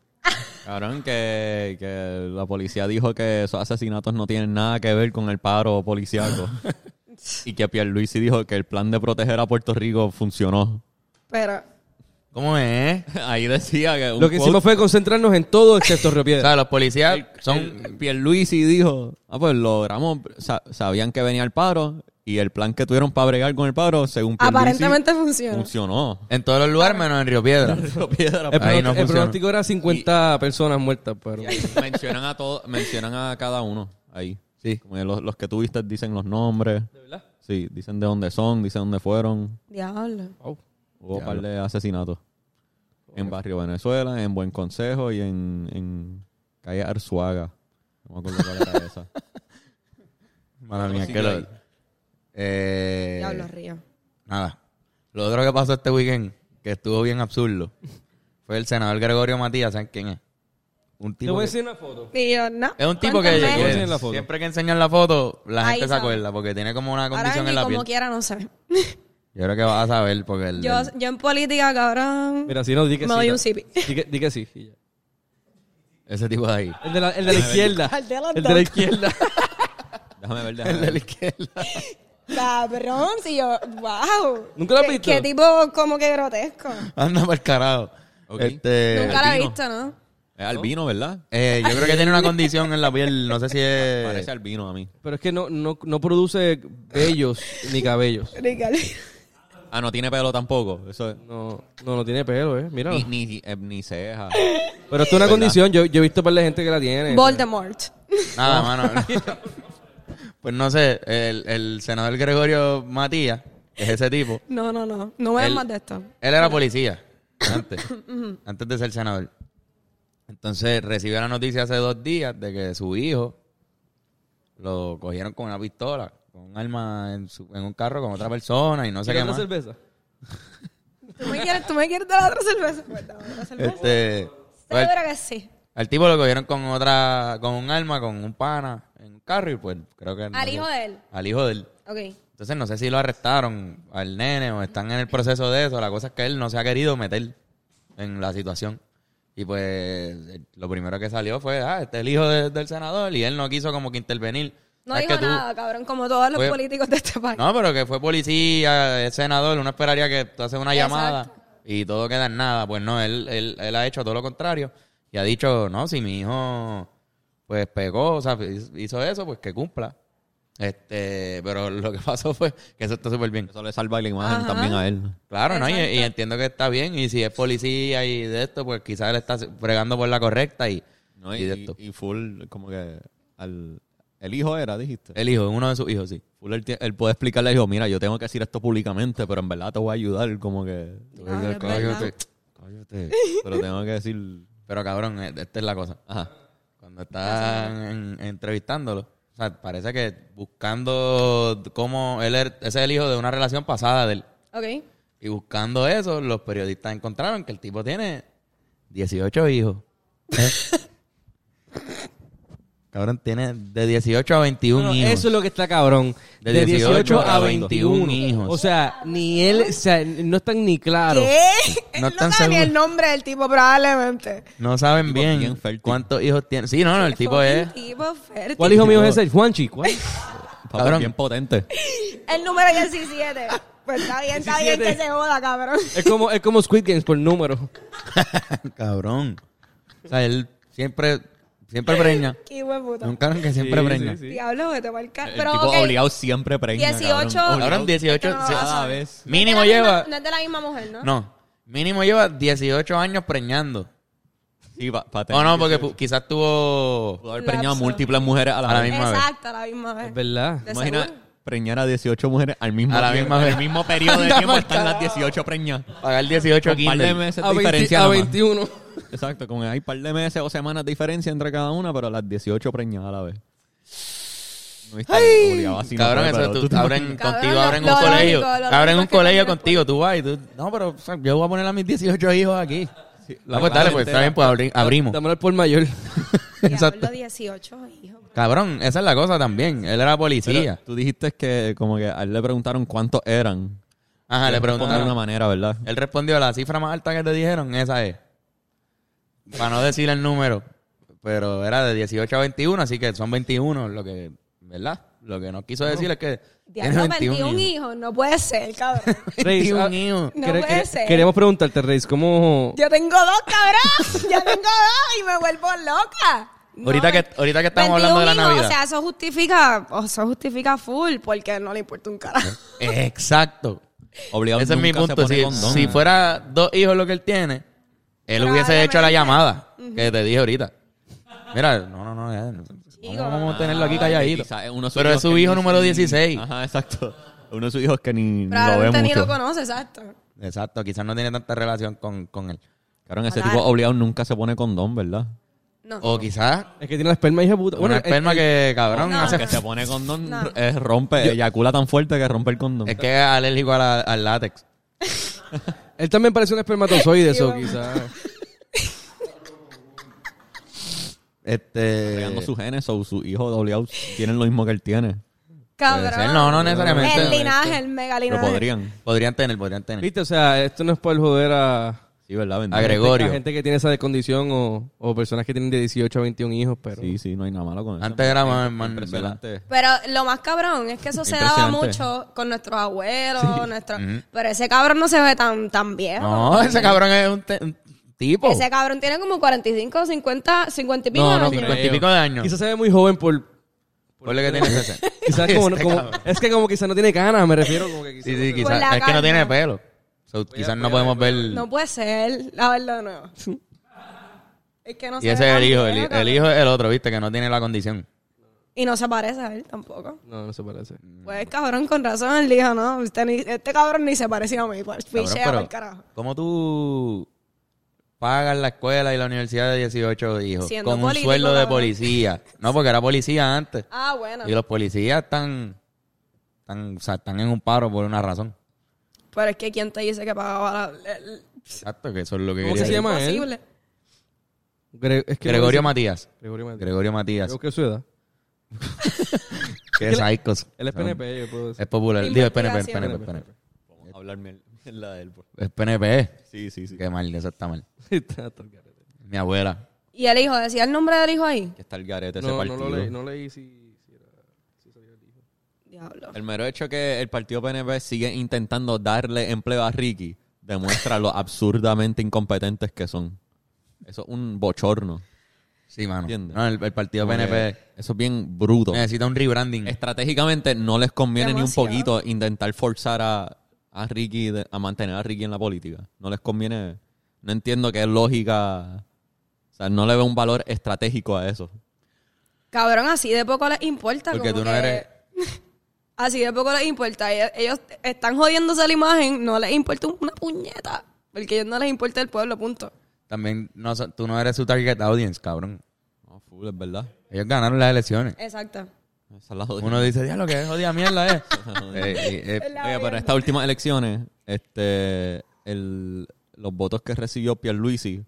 Speaker 2: Cabrón, que, que la policía dijo que esos asesinatos no tienen nada que ver con el paro policiaco. y que Pierluisi dijo que el plan de proteger a Puerto Rico funcionó.
Speaker 4: Pero...
Speaker 1: ¿Cómo es?
Speaker 2: Ahí decía que un
Speaker 3: Lo que
Speaker 2: quote,
Speaker 3: hicimos fue concentrarnos en todo excepto Río
Speaker 1: O
Speaker 3: Piedra.
Speaker 1: sea, los policías son...
Speaker 2: son Pierluisi dijo, ah pues logramos, sa- sabían que venía el paro y el plan que tuvieron para bregar con el paro, según
Speaker 1: Pues
Speaker 2: Pierluisi,
Speaker 4: Aparentemente funciona.
Speaker 2: funcionó.
Speaker 1: En todos los lugares menos en Río Piedra.
Speaker 2: Piedra,
Speaker 3: El,
Speaker 1: Ahí
Speaker 3: pronóstico-
Speaker 1: no
Speaker 3: el
Speaker 1: funciona.
Speaker 3: pronóstico era 50 personas muertas, pero...
Speaker 2: Y ahí mencionan a todos, mencionan a cada uno ahí. Sí. Como los, los que tuviste dicen los nombres. ¿De verdad? Sí, dicen de dónde son, dicen dónde fueron.
Speaker 4: Diablo.
Speaker 3: Wow.
Speaker 2: Hubo un par de asesinatos. En Barrio Venezuela, en Buen Consejo y en, en calle Arzuaga. No me acuerdo cuál era esa.
Speaker 1: Mala mía,
Speaker 2: Sí,
Speaker 1: que lo...
Speaker 2: ahí.
Speaker 1: Eh,
Speaker 4: Diablo, Río.
Speaker 1: Nada. Lo otro que pasó este weekend, que estuvo bien absurdo, fue el senador Gregorio Matías, ¿saben quién es? Un
Speaker 3: Te
Speaker 1: tipo
Speaker 3: voy a
Speaker 1: que-
Speaker 3: enseñar una foto.
Speaker 4: Y yo, no.
Speaker 1: Es un tipo que,
Speaker 4: cuéntame.
Speaker 1: que
Speaker 3: Voy a enseñar la foto.
Speaker 1: siempre que enseñan la foto, la
Speaker 4: Ahí
Speaker 1: gente se
Speaker 4: sabe.
Speaker 1: acuerda, porque tiene como una
Speaker 4: Ahora
Speaker 1: condición
Speaker 4: ni
Speaker 1: en la
Speaker 4: como
Speaker 1: piel.
Speaker 4: quiera, no sé.
Speaker 1: Yo creo que vas a saber, porque el,
Speaker 4: Yo,
Speaker 1: el-
Speaker 4: yo en política, cabrón...
Speaker 3: Mira, si no, di que
Speaker 4: me
Speaker 3: sí.
Speaker 4: doy
Speaker 3: da-
Speaker 4: un sipi.
Speaker 3: Di que, di que sí. y ya.
Speaker 1: ese tipo de ahí.
Speaker 3: El de la, el de la izquierda. El de la izquierda.
Speaker 2: Déjame ver, déjame
Speaker 1: El de
Speaker 2: ver.
Speaker 1: la izquierda.
Speaker 4: Cabrón, si yo, wow.
Speaker 3: ¿Nunca lo has
Speaker 4: ¿Qué-
Speaker 3: visto?
Speaker 4: Qué tipo como que grotesco.
Speaker 1: Anda para el carajo.
Speaker 2: Ok.
Speaker 1: Este,
Speaker 4: Nunca la he
Speaker 2: albino.
Speaker 4: visto, ¿no?
Speaker 2: Es albino, ¿verdad?
Speaker 1: eh, yo creo que tiene una condición en la piel, no sé si es...
Speaker 2: Parece albino a mí.
Speaker 3: Pero es que no, no, no produce vellos ni cabellos.
Speaker 4: Ricardo.
Speaker 2: Ah, no tiene pelo tampoco. Eso es-
Speaker 3: No, no, no tiene pelo, eh. Míralo.
Speaker 2: Ni, ni, eh, ni ceja.
Speaker 3: Pero esto es una condición. Yo, yo he visto para la gente que la
Speaker 1: Eh,
Speaker 3: tiene.
Speaker 4: Voldemort.
Speaker 1: Nada, mano. pues no sé, el, el senador Gregorio Matías, que es ese tipo,
Speaker 4: No, no, no. No vean
Speaker 1: El-
Speaker 4: más de esto.
Speaker 1: Él era policía antes, antes de ser senador. Entonces recibió la noticia hace dos días de que su hijo lo cogieron con una pistola, con un arma en, su- en un carro con otra persona y no sé
Speaker 3: ¿Quieres
Speaker 1: qué
Speaker 3: la
Speaker 1: más.
Speaker 3: cerveza?
Speaker 4: ¿Tú me quieres, tú me quieres dar otra cerveza? Pues dame otra cerveza.
Speaker 1: Este, pues,
Speaker 4: Seguro que sí.
Speaker 1: al tipo lo cogieron con otra, con un arma, con un pana en un carro y pues creo que no
Speaker 4: Al
Speaker 1: sé-
Speaker 4: hijo de él.
Speaker 1: al hijo de él.
Speaker 4: Ok.
Speaker 1: Entonces no sé si lo arrestaron al nene o están en el proceso de eso. La cosa es que él no se ha querido meter en la situación. Y pues el- lo primero que salió fue, ah, este es el hijo de- del senador y él no quiso como que intervenir.
Speaker 4: No
Speaker 1: Sabes
Speaker 4: dijo
Speaker 1: que tú-
Speaker 4: nada, cabrón, como todos los
Speaker 1: Oye,
Speaker 4: políticos de este país.
Speaker 1: No, pero que fue policía, es senador, uno esperaría que tú haces una
Speaker 4: Exacto.
Speaker 1: llamada y todo queda en nada. Pues no, él, él, él ha hecho todo lo contrario y ha dicho, no, si mi hijo pues pegó, o sea, hizo eso, pues que cumpla. Este, pero lo que pasó fue que eso está súper bien.
Speaker 2: Eso le salva la imagen
Speaker 4: Ajá.
Speaker 2: también a él.
Speaker 1: Claro, ¿no? Y, y entiendo que está bien. Y si es policía y de esto, pues quizás él está fregando por la correcta y,
Speaker 2: No,
Speaker 1: y
Speaker 2: y,
Speaker 1: de esto.
Speaker 2: y full, como que al, el hijo era, dijiste.
Speaker 1: El hijo, uno de sus hijos, sí.
Speaker 2: Eh, Full, él, tie- él puede explicarle, dijo, mira, yo tengo que decir esto públicamente, pero en verdad te voy a ayudar, como que...
Speaker 4: Ah, es verdad.
Speaker 2: Pero tengo que decir...
Speaker 1: Pero cabrón, eh, esta es la cosa.
Speaker 2: Ajá.
Speaker 1: Cuando están en- entrevistándolo, o sea, parece que buscando cómo él er- ese es el hijo de una relación pasada de él.
Speaker 4: Ok.
Speaker 1: Y buscando eso, los periodistas encontraron que el tipo tiene 18 hijos. Cabrón, tiene de 18 a 21
Speaker 3: No,
Speaker 1: hijos.
Speaker 3: eso es lo que está cabrón.
Speaker 1: De
Speaker 3: De,
Speaker 1: 18
Speaker 3: 18,
Speaker 1: a
Speaker 3: a 21.
Speaker 1: 21 hijos.
Speaker 3: O sea, ni él, o sea, no están ni claros.
Speaker 4: ¿Qué?
Speaker 1: No
Speaker 4: No,
Speaker 1: están
Speaker 4: no sabe ni
Speaker 1: seguros.
Speaker 4: el nombre del tipo, probablemente.
Speaker 1: No saben
Speaker 2: Tipo
Speaker 1: bien,
Speaker 2: bien fértil.
Speaker 1: cuántos hijos tiene. Sí, no, no, el tipo es.
Speaker 4: Un tipo fértil.
Speaker 3: ¿Cuál hijo mío es ese? Juanchi. ¿Cuál?
Speaker 2: Papá,
Speaker 1: Cabrón.
Speaker 2: bien potente.
Speaker 4: El número 17. Pues está bien, está bien que
Speaker 3: 17.
Speaker 4: se joda, cabrón.
Speaker 3: Es como, es como Squid Games por número.
Speaker 1: Cabrón. O sea, él siempre Siempre preña.
Speaker 4: Qué buen puto.
Speaker 1: Un cabrón que siempre
Speaker 3: Sí,
Speaker 1: preña.
Speaker 3: sí, sí.
Speaker 4: Diablo, vete pa'l ca-
Speaker 2: El
Speaker 4: Pero
Speaker 2: tipo
Speaker 4: ok,
Speaker 2: obligado siempre preña.
Speaker 4: 18
Speaker 2: cabrón.
Speaker 1: Ahora en 18
Speaker 4: Es que no lo
Speaker 1: sí,
Speaker 4: vas a
Speaker 1: cada
Speaker 4: saber.
Speaker 1: vez.
Speaker 4: no es de
Speaker 1: Mínimo
Speaker 4: la misma-
Speaker 1: lleva.
Speaker 4: No es de la misma mujer, ¿no?
Speaker 1: No. Mínimo lleva 18 años preñando.
Speaker 2: Sí, pa- pa
Speaker 1: O
Speaker 2: tener
Speaker 1: no, porque
Speaker 2: 18.
Speaker 1: pu- quizás tuvo.
Speaker 2: pudo haber preñado
Speaker 4: Lapso.
Speaker 2: múltiples mujeres a la,
Speaker 1: A la
Speaker 2: vez.
Speaker 1: misma vez.
Speaker 4: Exacto, a la misma vez.
Speaker 3: Es verdad.
Speaker 4: De
Speaker 2: Imagina
Speaker 4: seguro.
Speaker 2: preñar a 18 mujeres al mismo
Speaker 1: A la
Speaker 2: tiempo.
Speaker 1: misma vez.
Speaker 2: En el mismo periodo de
Speaker 1: Anda
Speaker 2: tiempo
Speaker 1: pa'l
Speaker 2: están las 18 preñadas.
Speaker 1: Pagar 18
Speaker 2: Con
Speaker 1: aquí.
Speaker 2: par de meses de
Speaker 3: A, 20
Speaker 2: diferencia.
Speaker 3: a
Speaker 2: nada más.
Speaker 3: 21.
Speaker 2: Exacto, con hay par de meses o semanas de diferencia entre cada una, pero las 18 preñadas a la vez. No viste, obligado así no
Speaker 1: Cabrón,
Speaker 2: fue,
Speaker 1: eso
Speaker 2: pero
Speaker 1: tú,
Speaker 2: tú te
Speaker 1: abren
Speaker 2: imaginas.
Speaker 4: Cabrón,
Speaker 1: contigo,
Speaker 4: lo-
Speaker 1: abren
Speaker 4: lo
Speaker 1: un
Speaker 4: lógico,
Speaker 1: colegio.
Speaker 4: lo lógico
Speaker 1: abren un
Speaker 4: es que
Speaker 1: colegio
Speaker 4: termines
Speaker 1: contigo, tú vas y tú. No, pero o sea, yo voy a poner a mis 18 hijos aquí.
Speaker 2: la
Speaker 1: ah, pues dale,
Speaker 2: clase
Speaker 1: pues
Speaker 2: entera.
Speaker 1: está bien, pues abri- abrimos.
Speaker 3: Dámelo al por mayor.
Speaker 4: Diablo, 18, hijo.
Speaker 1: Cabrón, esa es la cosa también. Él era
Speaker 2: Pero
Speaker 1: policía.
Speaker 2: Tú dijiste que como que a él le preguntaron cuántos eran.
Speaker 1: Ajá, Ah, le
Speaker 2: De una
Speaker 1: preguntaron.
Speaker 2: manera, ¿verdad?
Speaker 1: Él respondió la cifra más alta que te dijeron, esa es. Para no decir el número. Pero era de 18 a 21, así que son 21 lo que, ¿verdad? Lo que no quiso decir es que tiene
Speaker 4: Diablo,
Speaker 1: 21,
Speaker 4: 21
Speaker 1: hijos.
Speaker 4: hijos. No puede ser, cabrón.
Speaker 1: 21
Speaker 3: ah,
Speaker 1: hijos.
Speaker 4: No
Speaker 3: quere-
Speaker 4: puede
Speaker 3: quere-
Speaker 4: ser.
Speaker 3: Queremos preguntarte, Reis, ¿cómo...?
Speaker 4: Yo tengo dos, cabrón. Yo tengo dos y me vuelvo loca. No,
Speaker 1: Ahorita que- ahorita que estamos
Speaker 4: 21
Speaker 1: hablando de la
Speaker 4: hijos,
Speaker 1: Navidad.
Speaker 4: O sea, eso justifica, o eso justifica full porque no le importa un carajo.
Speaker 1: Exacto.
Speaker 2: Obligado
Speaker 1: Ese es mi
Speaker 2: nunca se
Speaker 1: punto.
Speaker 2: pone
Speaker 1: Si,
Speaker 2: condón.
Speaker 1: si fuera dos hijos lo que él tiene, él hubiese hecho la llamada que te dije ahorita. Mira, no, no, no. ya, Vamos, vamos a tenerlo aquí calladito.
Speaker 2: Quizás es uno de sus
Speaker 1: Pero
Speaker 2: hijos
Speaker 1: es su
Speaker 2: que
Speaker 1: hijo
Speaker 2: ni-
Speaker 1: número 16.
Speaker 2: Ajá, exacto. Uno de sus hijos que ni lo ve
Speaker 4: Probablemente ni lo
Speaker 2: mucho.
Speaker 4: conoce, exacto.
Speaker 1: Exacto, quizás no tiene tanta relación con, con él.
Speaker 2: Cabrón, ese
Speaker 4: Hola.
Speaker 2: tipo obligado nunca se pone condón, ¿verdad?
Speaker 4: No.
Speaker 1: O quizás
Speaker 3: Es que tiene la esperma, hija puta.
Speaker 1: una esperma que, cabrón,
Speaker 3: Ah.
Speaker 4: No.
Speaker 1: hace-
Speaker 2: Que se pone condón,
Speaker 4: No.
Speaker 2: eh, rompe, eyacula tan fuerte que rompe el condón.
Speaker 1: es que es alérgico a la- al látex.
Speaker 3: Él también parece un espermatozoide,
Speaker 4: Sí,
Speaker 3: eso,
Speaker 4: vamos.
Speaker 3: quizás.
Speaker 1: Este.
Speaker 2: Pegando sus genes o sus hijos dobleados tienen lo mismo que él tiene.
Speaker 1: puede
Speaker 4: Cabrón.
Speaker 1: ser, No, no
Speaker 4: El
Speaker 1: necesariamente.
Speaker 4: linaje, el mega
Speaker 2: Pero
Speaker 4: linaje.
Speaker 2: podrían.
Speaker 1: Podrían tener, podrían tener.
Speaker 3: Viste, o sea, esto no es por joder a...
Speaker 2: Sí, ¿verdad? Bendito.
Speaker 1: A Gregorio.
Speaker 3: a gente que tiene esa condición o, o personas que tienen de 18 a 21 hijos, pero...
Speaker 2: Sí, sí, no hay nada malo con eso.
Speaker 1: Antes era más, más- ¿verdad?
Speaker 2: Impresionante.
Speaker 4: Pero lo más cabrón es que eso se daba
Speaker 2: Impresionante.
Speaker 4: mucho con nuestros abuelos, nuestros...
Speaker 1: Mm-hmm.
Speaker 4: Pero ese cabrón no se ve tan, tan viejo.
Speaker 1: No, ese cabrón es un, te- un tipo.
Speaker 4: Ese cabrón tiene como 45, 50, 50 y pico.
Speaker 1: No, no,
Speaker 4: de años.
Speaker 1: cincuenta y pico de años.
Speaker 3: Quizás se ve muy joven por...
Speaker 1: Ponle que tiene Este 60.
Speaker 3: Quizás como, no- como- es que como quizás no tiene canas, me refiero como que quizás...
Speaker 1: Sí, sí,
Speaker 4: Por la
Speaker 1: quizás. Es que
Speaker 4: calma.
Speaker 1: no tiene pelo. So, quizás no podemos ver.
Speaker 4: No puede ser, la verdad no. Es que no
Speaker 1: y
Speaker 4: se
Speaker 1: ese
Speaker 4: ve
Speaker 1: es el
Speaker 4: tan
Speaker 1: hijo.
Speaker 4: bien,
Speaker 1: El, hi- el
Speaker 4: cabrón.
Speaker 1: hijo es el otro, viste, que no tiene la condición.
Speaker 4: Y no se parece a él tampoco.
Speaker 3: No, no se parece.
Speaker 1: Mm.
Speaker 4: Pues cabrón, con razón él dijo, no, usted ni- este cabrón ni se parecía a mí, pues
Speaker 1: Cabrón,
Speaker 4: pichea
Speaker 1: pero,
Speaker 4: pa'l carajo.
Speaker 1: ¿Cómo tú pagas la escuela y la universidad de 18 hijos?
Speaker 4: Siendo
Speaker 1: con un
Speaker 4: político,
Speaker 1: sueldo de
Speaker 4: cabrón.
Speaker 1: policía. No, porque era policía antes.
Speaker 4: Ah, bueno.
Speaker 1: Y los policías están. están, o sea, están en un paro por una razón.
Speaker 4: Pero es que quién te dice que pagaba la- el- el-
Speaker 1: Exacto, que eso es lo que
Speaker 3: ¿Cómo
Speaker 1: quería
Speaker 3: se
Speaker 1: decir.
Speaker 3: llama? él?
Speaker 4: imposible.
Speaker 3: Gre- es que
Speaker 1: Gregorio
Speaker 3: parece-
Speaker 1: Matías.
Speaker 3: Gregorio Matías.
Speaker 1: Gregorio Matías.
Speaker 3: Creo que es su edad.
Speaker 1: Que es Icos.
Speaker 3: Él es PNP, yo puedo decir.
Speaker 1: Es popular. Digo, es PNP, es
Speaker 4: Investigación.
Speaker 1: PNP, es PNP.
Speaker 2: Vamos a hablar miel- la de él. pues. por-
Speaker 1: Es PNP.
Speaker 2: Sí, sí, sí.
Speaker 1: Qué mal, eso está mal.
Speaker 3: Está todo el garete.
Speaker 1: Mi abuela.
Speaker 4: Y el hijo, decía el nombre del hijo ahí.
Speaker 2: Que está el garete ese
Speaker 3: No, no
Speaker 2: partido.
Speaker 3: lo leí, no leí si... si era-
Speaker 4: Diablo.
Speaker 2: El mero hecho que el partido PNP sigue intentando darle empleo a Ricky demuestra lo absurdamente incompetentes que son. Eso es un bochorno.
Speaker 1: Sí, mano.
Speaker 2: Entiendo.
Speaker 1: No, el, el partido
Speaker 2: Como que
Speaker 1: PNP
Speaker 2: Eso es bien bruto.
Speaker 1: necesita un rebranding.
Speaker 2: Estratégicamente no les conviene
Speaker 4: Demasiado.
Speaker 2: ni un poquito intentar forzar a, a Ricky, de- a mantener a Ricky en la política. No les conviene. No entiendo qué lógica. O sea, no le veo un valor estratégico a eso.
Speaker 4: Cabrón, así de poco les importa.
Speaker 1: Porque
Speaker 4: como
Speaker 1: tú no
Speaker 4: que-
Speaker 1: eres-
Speaker 4: Así de poco les importa. Ellos, ellos están jodiéndose la imagen, no les importa una puñeta. Porque a ellos no les importa el pueblo, punto.
Speaker 1: También no, so- tú no eres su target audience, cabrón.
Speaker 2: No, full, es verdad.
Speaker 1: Ellos ganaron las elecciones.
Speaker 4: Exacto.
Speaker 2: Esa es la jodida.
Speaker 1: Uno dice, diablo, que jodida mierda es. Eh, eh, eh,
Speaker 2: Oye, pero en estas últimas elecciones, este, el- los votos que recibió Pierluisi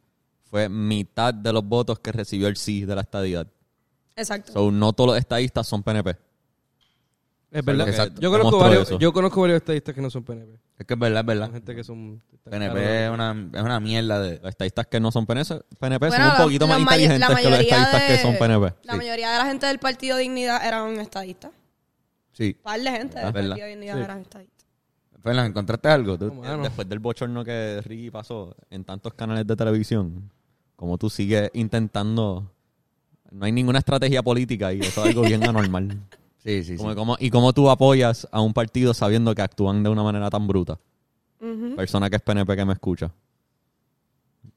Speaker 2: fue mitad de los votos que recibió el sí de la estadidad.
Speaker 4: Exacto.
Speaker 2: So, no todos los estadistas son PNP.
Speaker 3: Es verdad.
Speaker 1: Exacto.
Speaker 3: Yo conozco,
Speaker 2: Demostró
Speaker 3: varios,
Speaker 2: eso.
Speaker 3: yo conozco varios estadistas que no son PNP.
Speaker 1: es que es verdad, es
Speaker 3: Son
Speaker 1: verdad.
Speaker 3: gente que son...
Speaker 1: PNP es una, es una mierda de...
Speaker 2: Los estadistas que no son PNP, PNP
Speaker 4: Bueno,
Speaker 2: pues, son
Speaker 4: la-
Speaker 2: un poquito
Speaker 4: la
Speaker 2: más
Speaker 4: may- la
Speaker 2: inteligentes que los
Speaker 4: mayoría
Speaker 2: estadistas que
Speaker 4: de-
Speaker 2: son PNP.
Speaker 4: La mayoría de la gente del Partido Dignidad eran estadistas.
Speaker 1: Sí.
Speaker 4: Un par de
Speaker 2: Ah,
Speaker 4: gente del
Speaker 1: Es verdad.
Speaker 4: Partido Dignidad eran estadistas.
Speaker 1: Fernan, ¿encontraste algo? tú?
Speaker 3: No,
Speaker 2: Eh,
Speaker 3: mano.
Speaker 2: Después del bochorno que Ricky pasó en tantos canales de televisión, como tú sigues intentando No hay ninguna estrategia política y eso es algo bien anormal.
Speaker 5: Sí, sí, sí.
Speaker 2: Como- como- ¿Y cómo tú apoyas a un partido sabiendo que actúan de una manera tan bruta? Persona que es PNP que me escucha.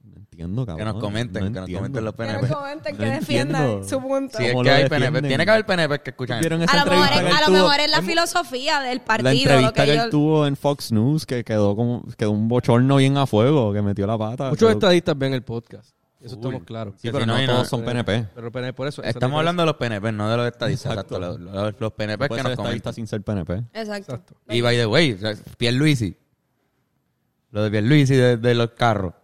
Speaker 2: No entiendo, cabrón.
Speaker 1: Que nos comenten,
Speaker 2: No
Speaker 1: que nos
Speaker 2: entiendo.
Speaker 1: comenten los
Speaker 4: Que
Speaker 1: PNP.
Speaker 4: nos comenten, que
Speaker 2: No
Speaker 4: defiendan
Speaker 2: entiendo.
Speaker 4: su punto.
Speaker 1: Si es
Speaker 2: ¿Cómo
Speaker 1: que
Speaker 2: lo
Speaker 1: hay PNP.
Speaker 2: defienden?
Speaker 1: Tiene que haber PNP que escuchan.
Speaker 2: ¿Vieron esa
Speaker 4: A lo, mejor,
Speaker 2: entrevista que
Speaker 4: es- a
Speaker 2: él
Speaker 4: lo
Speaker 2: tuvo?
Speaker 4: mejor es la filosofía del
Speaker 2: la
Speaker 4: partido, lo
Speaker 2: entrevista
Speaker 4: que
Speaker 2: que él
Speaker 4: ellos...
Speaker 2: tuvo en Fox News que quedó como quedó un bochorno bien a fuego que metió la pata
Speaker 3: Muchos
Speaker 2: Pero-
Speaker 3: estadistas ven el podcast. Eso estamos claros.
Speaker 2: sí
Speaker 1: que
Speaker 2: pero
Speaker 1: si
Speaker 2: no,
Speaker 1: no eh, pues hay
Speaker 2: todos
Speaker 1: nada.
Speaker 2: son PNP
Speaker 3: Pero PNP por eso.
Speaker 1: Estamos hablando de los PNP, no de los estadistas. Exacto. Los, los- los PNP
Speaker 2: puede
Speaker 1: que
Speaker 2: ser
Speaker 1: nos
Speaker 2: estadista
Speaker 1: comentan.
Speaker 2: sin ser PNP
Speaker 4: Exacto.
Speaker 3: Exacto.
Speaker 1: Y by the way, o sea, Pierluisi. Lo de Pierluisi de, de los carros.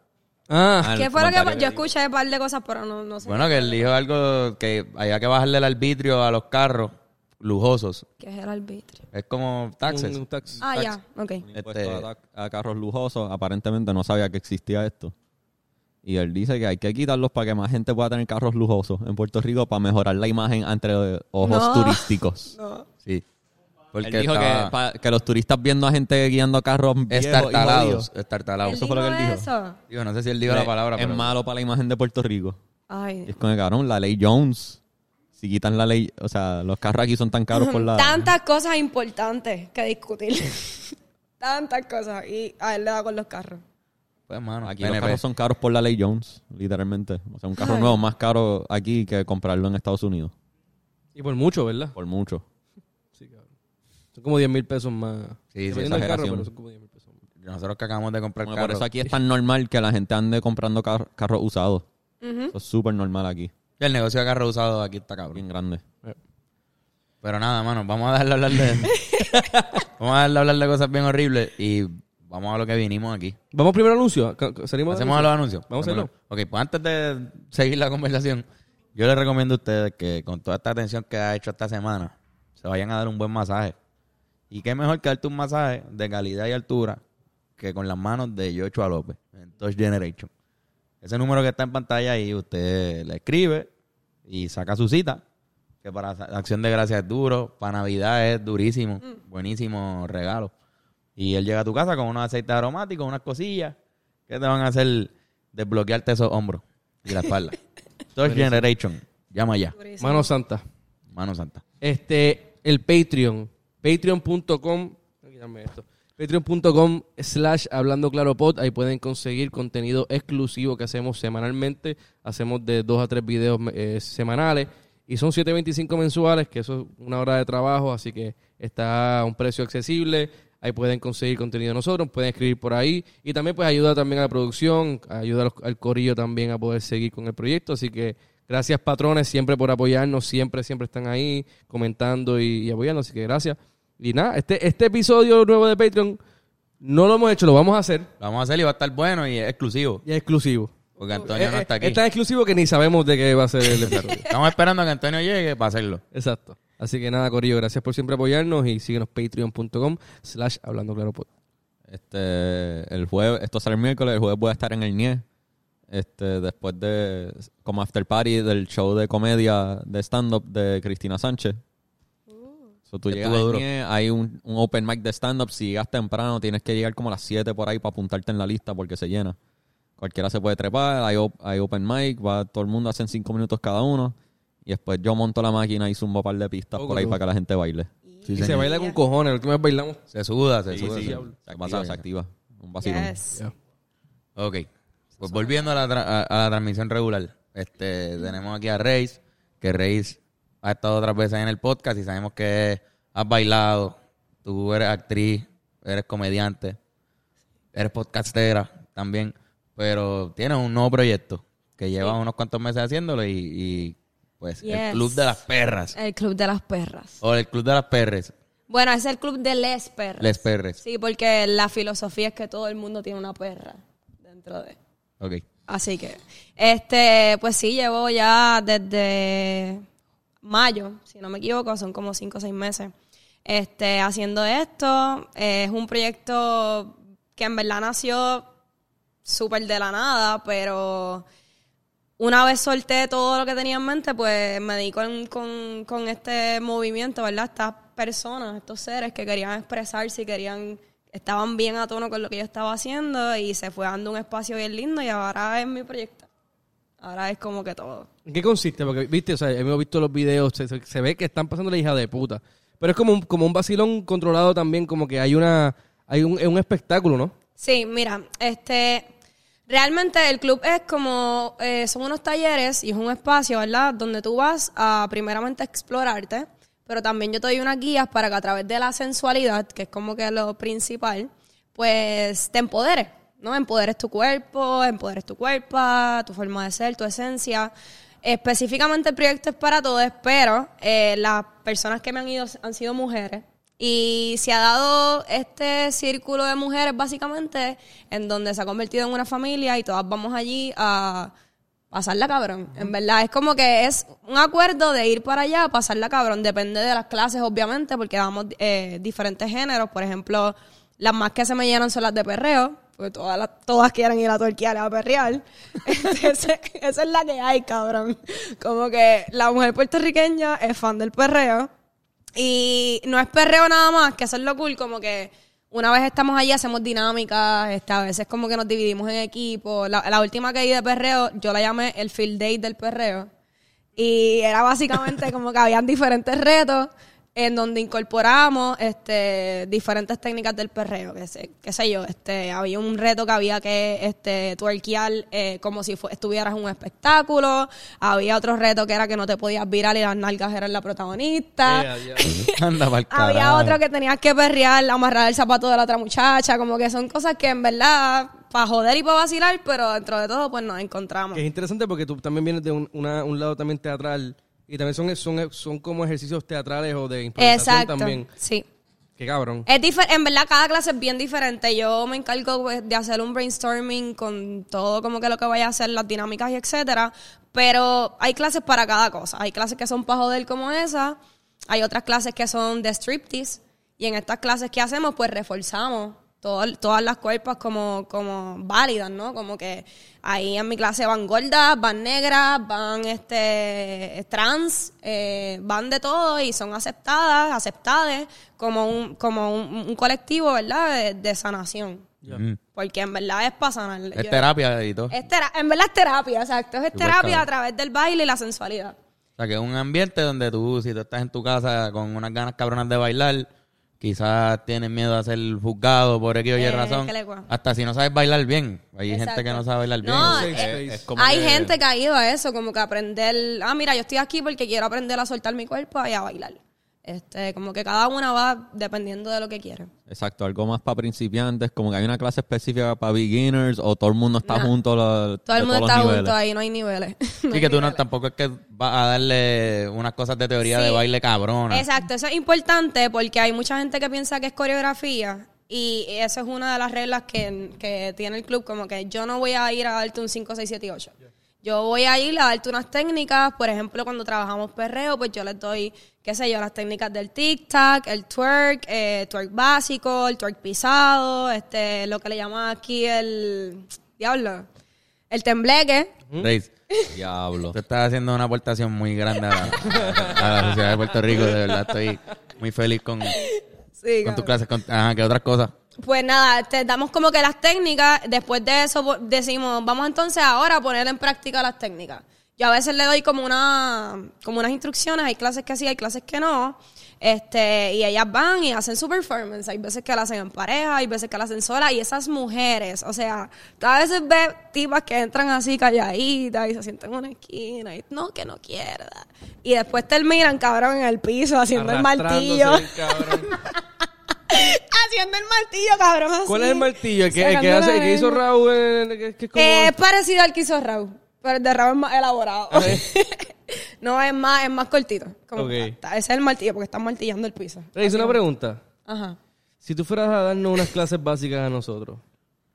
Speaker 3: Ah,
Speaker 4: ¿Qué fue lo que yo escuché un par de cosas, pero no, no sé
Speaker 1: Bueno, que él dijo algo que había que bajarle el arbitrio a los carros lujosos.
Speaker 4: qué es el arbitrio.
Speaker 1: Es como taxes.
Speaker 3: un- un tax.
Speaker 4: Ah, ya, ok.
Speaker 2: Impuesto
Speaker 1: Este-
Speaker 2: a, a carros lujosos aparentemente no sabía que existía esto y él dice que hay que quitarlos para que más gente pueda tener carros lujosos en Puerto Rico para mejorar la imagen entre ojos
Speaker 4: No.
Speaker 2: turísticos
Speaker 1: Sí. Porque
Speaker 2: él dijo
Speaker 1: estaba-
Speaker 2: que, pa- que los turistas viendo a gente guiando carros viejos y
Speaker 1: estartalados.
Speaker 2: jodidos, Ah,
Speaker 1: Estartalados.
Speaker 4: ¿Él
Speaker 1: Eso
Speaker 4: dijo
Speaker 1: fue lo que él dijo.
Speaker 4: eso?
Speaker 1: Digo, no sé si él dijo la palabra,
Speaker 2: pues, es
Speaker 1: pero...
Speaker 2: malo para la imagen de Puerto Rico Y
Speaker 4: Ay.
Speaker 2: es con el cabrón, la ley Jones. Si quitan la ley, o sea, los carros aquí son tan caros por la.
Speaker 4: Tantas cosas importantes que discutir. Tantas cosas. Y a él le da con los carros.
Speaker 1: Pues, mano,
Speaker 2: Aquí los
Speaker 1: PNP.
Speaker 2: carros son caros por la ley Jones, literalmente. O sea, un carro nuevo más caro aquí que comprarlo en Estados Unidos.
Speaker 3: Y por mucho, ¿verdad?
Speaker 2: Por mucho.
Speaker 3: Sí, cabrón. Son como 10 mil pesos más.
Speaker 1: Sí, sí,
Speaker 3: Dependiendo del carro,
Speaker 2: exageración.
Speaker 3: pero son como 10 mil pesos más.
Speaker 1: Nosotros que acabamos de comprar
Speaker 2: Como que
Speaker 1: carros.
Speaker 2: por eso aquí es tan normal que la gente ande comprando car- carros usados. Eso es súper normal aquí.
Speaker 1: El negocio de carros usados aquí está cabrón.
Speaker 2: Bien grande.
Speaker 1: Pero nada, mano, vamos a darle a hablar de... vamos a darle a hablar de cosas bien horribles y vamos a lo que vinimos aquí.
Speaker 3: Vamos primero al anuncio. Ca- ca- Salimos
Speaker 1: Hacemos los anuncios.
Speaker 3: Vamos a hacerlo.
Speaker 1: Ok, pues antes de seguir la conversación, yo les recomiendo a ustedes que con toda esta atención que ha hecho esta semana, se vayan a dar un buen masaje. Y qué mejor que darte un masaje de calidad y altura que con las manos de Yochoa López en Touch Generation. Ese número que está en pantalla ahí, usted le escribe y saca su cita. Que para sa- Acción de Gracias es duro, para Navidad es durísimo,
Speaker 3: Mm.
Speaker 1: buenísimo regalo. Y él llega a tu casa con unos aceites aromáticos, unas cosillas que te van a hacer desbloquearte esos hombros y la espalda. Touch Generation, llama ya,
Speaker 4: Durísimo.
Speaker 3: Mano Santa.
Speaker 1: mano santa.
Speaker 3: Este, el Patreon. Patreon.com. Quítame esto. Patreon.com slash hablando claro pod. Ahí pueden conseguir contenido exclusivo que hacemos semanalmente. Hacemos de dos a tres videos eh, semanales. Y son 7.25 mensuales, que eso es una hora de trabajo, así que está a un precio accesible. Ahí pueden conseguir contenido de nosotros, pueden escribir por ahí. Y también pues ayuda también a la producción, ayuda a los- al corillo también a poder seguir con el proyecto. Así que gracias patrones siempre por apoyarnos, siempre, siempre están ahí comentando y, y apoyarnos. Así que gracias. Y nada, este, este episodio nuevo de Patreon no lo hemos hecho, lo vamos a hacer.
Speaker 1: Lo vamos a hacer y va a estar bueno y es exclusivo.
Speaker 3: Y es exclusivo.
Speaker 1: Porque Antonio no
Speaker 3: Eh, eh,
Speaker 1: está aquí.
Speaker 3: Es tan exclusivo que ni sabemos de qué va a ser el episodio.
Speaker 1: Estamos esperando a que Antonio llegue para hacerlo.
Speaker 3: Exacto. Así que nada, Corillo, gracias por siempre apoyarnos y síguenos patreon.com slash hablando claro pod.
Speaker 2: Este, el jueves, esto sale el miércoles, el jueves voy a estar en el NIE. Este, después de, como after party del show de comedia de stand-up de Cristina Sánchez. So, tú
Speaker 1: Estuvo
Speaker 2: llegas al
Speaker 1: duro.
Speaker 2: NIE, hay un, un open mic de stand-up. Si llegas temprano, tienes que llegar como a las 7 por ahí para apuntarte en la lista porque se llena. Cualquiera se puede trepar, hay, op- hay open mic, va, todo el mundo hacen 5 minutos cada uno. Y después yo monto la máquina y zumbo un par de pistas
Speaker 3: Oh,
Speaker 2: por ahí
Speaker 3: cool.
Speaker 2: para que la gente baile.
Speaker 3: y se baila con cojones, la última vez bailamos.
Speaker 1: Se suda, se suda. se-
Speaker 2: Se
Speaker 1: se
Speaker 2: activa,
Speaker 1: pasa
Speaker 2: se
Speaker 1: bien.
Speaker 2: activa. Un vacilón.
Speaker 4: Yes.
Speaker 1: Ok. Pues volviendo a la, tra- a, a la transmisión regular. Este, tenemos aquí a Reis, que Reis ha estado otras veces en el podcast y sabemos que has bailado, tú eres actriz, eres comediante, eres podcastera también, pero tienes un nuevo proyecto que lleva unos cuantos meses haciéndolo y, y, pues
Speaker 4: Yes.
Speaker 1: el Club de las Perras
Speaker 4: El club de las perras.
Speaker 1: o el Club de las Perres,
Speaker 4: Bueno, es el club de les perras.
Speaker 1: Les Perres.
Speaker 4: Sí, porque la filosofía es que todo el mundo tiene una perra dentro de.
Speaker 1: Ok.
Speaker 4: Así que, este, pues sí, llevo ya desde mayo, si no me equivoco, son como cinco o seis meses, este, haciendo esto. Eh, es un proyecto que en verdad nació súper de la nada, pero una vez solté todo lo que tenía en mente, pues me di con, con- con este movimiento, ¿verdad? Estas personas, estos seres que querían expresarse y querían, estaban bien a tono con lo que yo estaba haciendo y se fue dando un espacio bien lindo y ahora es mi proyecto. Ahora es como que todo.
Speaker 3: ¿En qué consiste? Porque, viste, o sea, hemos visto los videos, se, se- se ve que están pasando la hija de puta. Pero es como un, como un vacilón controlado también, como que hay una hay un, es un espectáculo, ¿no?
Speaker 4: Sí, mira, este, realmente el club es como, eh, son unos talleres y es un espacio, ¿verdad? Donde tú vas a primeramente explorarte, pero también yo te doy unas guías para que a través de la sensualidad, que es como que lo principal, pues te empoderes, ¿no? Empoderes tu cuerpo, empoderes tu cuerpo, tu forma de ser, tu esencia. Específicamente el proyecto es para todos, pero eh, las personas que me han ido han sido mujeres. Y se ha dado este círculo de mujeres básicamente en donde se ha convertido en una familia y todas vamos allí a pasarla cabrón. En verdad, es como que es un acuerdo de ir para allá a pasarla cabrón. Depende de las clases, obviamente, porque damos eh, diferentes géneros. Por ejemplo, las más que se me llenan son las de perreo, porque todas, las- todas quieren ir a torquear a perrear. Entonces, esa es la que hay, cabrón. Como que la mujer puertorriqueña es fan del perreo. Y no es perreo nada más, que hacerlo cool, como que una vez estamos allí hacemos dinámicas, este, a veces como que nos dividimos en equipos. La, la última que di de perreo, yo la llamé el field date del perreo. Y era básicamente como que habían diferentes retos en donde incorporamos este, diferentes técnicas del perreo, que sé, qué sé yo, este, había un reto que había que este, twerkear eh, como si fue- estuvieras en un espectáculo, había otro reto que era que no te podías virar y las nalgas eran la protagonista.
Speaker 1: Anda pa'l
Speaker 4: Había
Speaker 1: carajo.
Speaker 4: otro que tenías que perrear, amarrar el zapato de la otra muchacha, como que son cosas que en verdad, para joder y para vacilar, pero dentro de todo, pues nos encontramos.
Speaker 3: Que es interesante porque tú también vienes de un, una- un lado también teatral y también son, son, son como ejercicios teatrales o de improvisación
Speaker 4: Exacto.
Speaker 3: también.
Speaker 4: Sí.
Speaker 3: Qué cabrón.
Speaker 4: Es difer- en verdad, cada clase es bien diferente. Yo me encargo pues, de hacer un brainstorming con todo como que lo que vaya a hacer, las dinámicas y etcétera. Pero hay clases para cada cosa. Hay clases que son para joder como esa. Hay otras clases que son de striptease. Y en estas clases que hacemos, pues reforzamos todo- todas las cuerpas como, como válidas, ¿no? Como que ahí en mi clase van gordas, van negras, van este trans, eh, van de todo y son aceptadas, aceptadas como un, como un, un colectivo, ¿verdad? De, de sanación.
Speaker 1: Mm.
Speaker 4: Porque en verdad es para sanar. Yo-
Speaker 1: Es terapia y todo.
Speaker 4: es tera- en verdad es terapia, exacto. Es
Speaker 1: Igual,
Speaker 4: terapia a
Speaker 1: cabrón.
Speaker 4: través del baile y la sensualidad.
Speaker 1: O sea, que es un ambiente donde tú, si tú estás en tu casa con unas ganas cabronas de bailar, quizás tienes miedo a ser juzgado por X o Y
Speaker 4: Eh,
Speaker 1: razón.
Speaker 4: que le cua-
Speaker 1: Hasta si no sabes bailar bien. Hay gente
Speaker 4: Exacto.
Speaker 1: que no sabe bailar bien.
Speaker 4: No,
Speaker 1: Sí.
Speaker 3: Safe
Speaker 4: eh,
Speaker 3: space.
Speaker 1: como
Speaker 4: Hay
Speaker 1: que-
Speaker 4: gente que ha ido a eso, como que aprender, ah, mira, yo estoy aquí porque quiero aprender a soltar mi cuerpo y a bailar. Este, como que cada una va dependiendo de lo que quiere.
Speaker 2: Exacto, algo más para principiantes, como que hay una clase específica para beginners o todo el mundo está
Speaker 4: Nah.
Speaker 2: junto. la-
Speaker 4: Todo
Speaker 2: de
Speaker 4: el mundo
Speaker 2: todos los
Speaker 4: está junto
Speaker 2: niveles.
Speaker 4: ahí, no hay niveles. No
Speaker 1: Sí,
Speaker 4: hay
Speaker 1: que tú no,
Speaker 4: niveles.
Speaker 1: tampoco es que vas a darle unas cosas de teoría de
Speaker 4: Sí.
Speaker 1: baile cabrona.
Speaker 4: Exacto, eso es importante porque hay mucha gente que piensa que es coreografía y eso es una de las reglas que, que tiene el club, como que yo no voy a ir a darte un 5, 6, 7 y 8. Yo voy a ir a darte unas técnicas, por ejemplo, cuando trabajamos perreo, pues yo les doy, qué sé yo, las técnicas del tic-tac, el twerk, eh, twerk básico, el twerk pisado, este, lo que le llaman aquí el, diablo, el tembleque.
Speaker 1: Reis,
Speaker 2: Diablo.
Speaker 1: tú estás haciendo una aportación muy grande a la, a la sociedad de Puerto Rico. De verdad, estoy muy feliz con,
Speaker 4: Sí,
Speaker 1: con
Speaker 4: cabrón.
Speaker 1: tus clases. Con, ajá, que otras cosas.
Speaker 4: Pues nada, te damos como que las técnicas, después de eso po- decimos, vamos entonces ahora a poner en práctica las técnicas. Yo a veces le doy como una como unas instrucciones, hay clases que sí, hay clases que no. Este, y ellas van y hacen su performance, hay veces que la hacen en pareja, hay veces que la hacen sola y esas mujeres, o sea, tú a veces ves tipas que entran así calladitas y se sientan en una esquina y no que no quiera. Y después terminan cabrón en el piso haciendo el
Speaker 3: Arrastrándose,
Speaker 4: martillo.
Speaker 3: cabrón.
Speaker 4: Haciendo el martillo, cabrón. así.
Speaker 3: ¿Cuál es el martillo? ¿El que, el que
Speaker 4: Sacando
Speaker 3: hace,
Speaker 4: la
Speaker 3: el que hizo
Speaker 4: lengua.
Speaker 3: Raúl? en- que- que es como-
Speaker 4: Eh, es parecido al que hizo Raúl, pero el de Raúl es más elaborado. no, es más, es más cortito. Como
Speaker 3: Ok.
Speaker 4: que está- ese es el martillo, porque están martillando el piso.
Speaker 3: Te hice una pregunta.
Speaker 4: Ajá.
Speaker 3: Si tú fueras a darnos unas clases básicas a nosotros,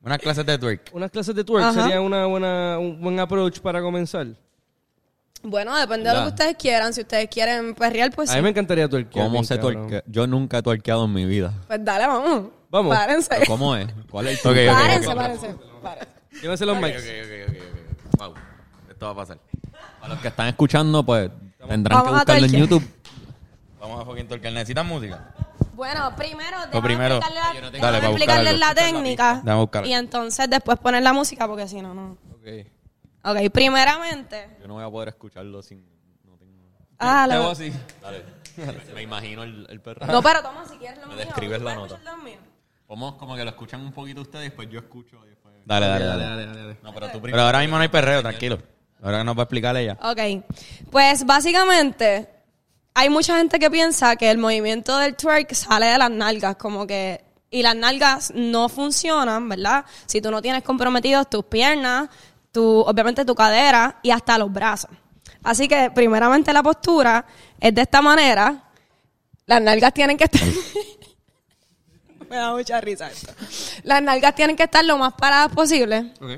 Speaker 1: Unas clases de twerk.
Speaker 3: unas clases de twerk
Speaker 4: Ajá.
Speaker 3: sería una buena, un buen approach para comenzar.
Speaker 4: Bueno, depende de lo
Speaker 2: Ya.
Speaker 4: que ustedes quieran. Si ustedes quieren perrear, pues
Speaker 3: a mí
Speaker 4: sí.
Speaker 3: me encantaría twerkear.
Speaker 2: ¿Cómo
Speaker 3: bien,
Speaker 2: se
Speaker 3: cabrón.
Speaker 2: tuerquea? Yo nunca he tuerqueado en mi vida.
Speaker 4: Pues dale, vamos.
Speaker 3: Vamos.
Speaker 4: Párense.
Speaker 2: ¿Cómo es? ¿Cuál es el
Speaker 1: Ok,
Speaker 2: truco?
Speaker 1: ok,
Speaker 4: Párense,
Speaker 1: ok.
Speaker 4: párense, párense.
Speaker 3: Llévense los mics.
Speaker 1: Wow, esto va a pasar.
Speaker 2: Para los que están escuchando, pues tendrán
Speaker 4: Vamos
Speaker 2: que
Speaker 4: a
Speaker 2: buscarlo en
Speaker 4: tuerquear.
Speaker 2: YouTube.
Speaker 1: Vamos a fucking twerk. ¿Necesitas música?
Speaker 4: Bueno, primero,
Speaker 1: primero.
Speaker 4: déjame explicarles la,
Speaker 1: Yo no tengo-
Speaker 4: déjame
Speaker 1: Dale, pa'
Speaker 4: explicarles la
Speaker 1: buscarlo.
Speaker 4: técnica.
Speaker 1: Déjame buscarlo.
Speaker 4: Y entonces después poner la música, porque si no, no.
Speaker 3: Ok.
Speaker 4: Ok, primeramente.
Speaker 2: Yo no voy a poder escucharlo sin. No tengo.
Speaker 4: Ah, la-
Speaker 2: Te hago así. Dale. Me imagino el, el perro.
Speaker 4: No, pero toma si quieres lo
Speaker 2: Me
Speaker 4: mío.
Speaker 2: describes
Speaker 4: ¿Tú
Speaker 2: la
Speaker 4: puedes
Speaker 2: nota.
Speaker 4: escuchar lo mío?
Speaker 2: Vamos como que lo escuchan un poquito ustedes, después yo escucho. y Después...
Speaker 1: Dale, dale, dale.
Speaker 2: No, pero tú
Speaker 1: Pero
Speaker 2: primero.
Speaker 1: ahora mismo no hay perreo, tranquilo. Ahora nos va a explicar ella.
Speaker 4: Ok, pues básicamente hay mucha gente que piensa que el movimiento del twerk sale de las nalgas, como que... Y las nalgas no funcionan, ¿verdad? Si tú no tienes comprometidos tus piernas, tu, obviamente tu cadera y hasta los brazos. Así que primeramente la postura es de esta manera. Las nalgas tienen que estar... Me da mucha risa esto. Las nalgas tienen que estar lo más paradas posible.
Speaker 3: Ok.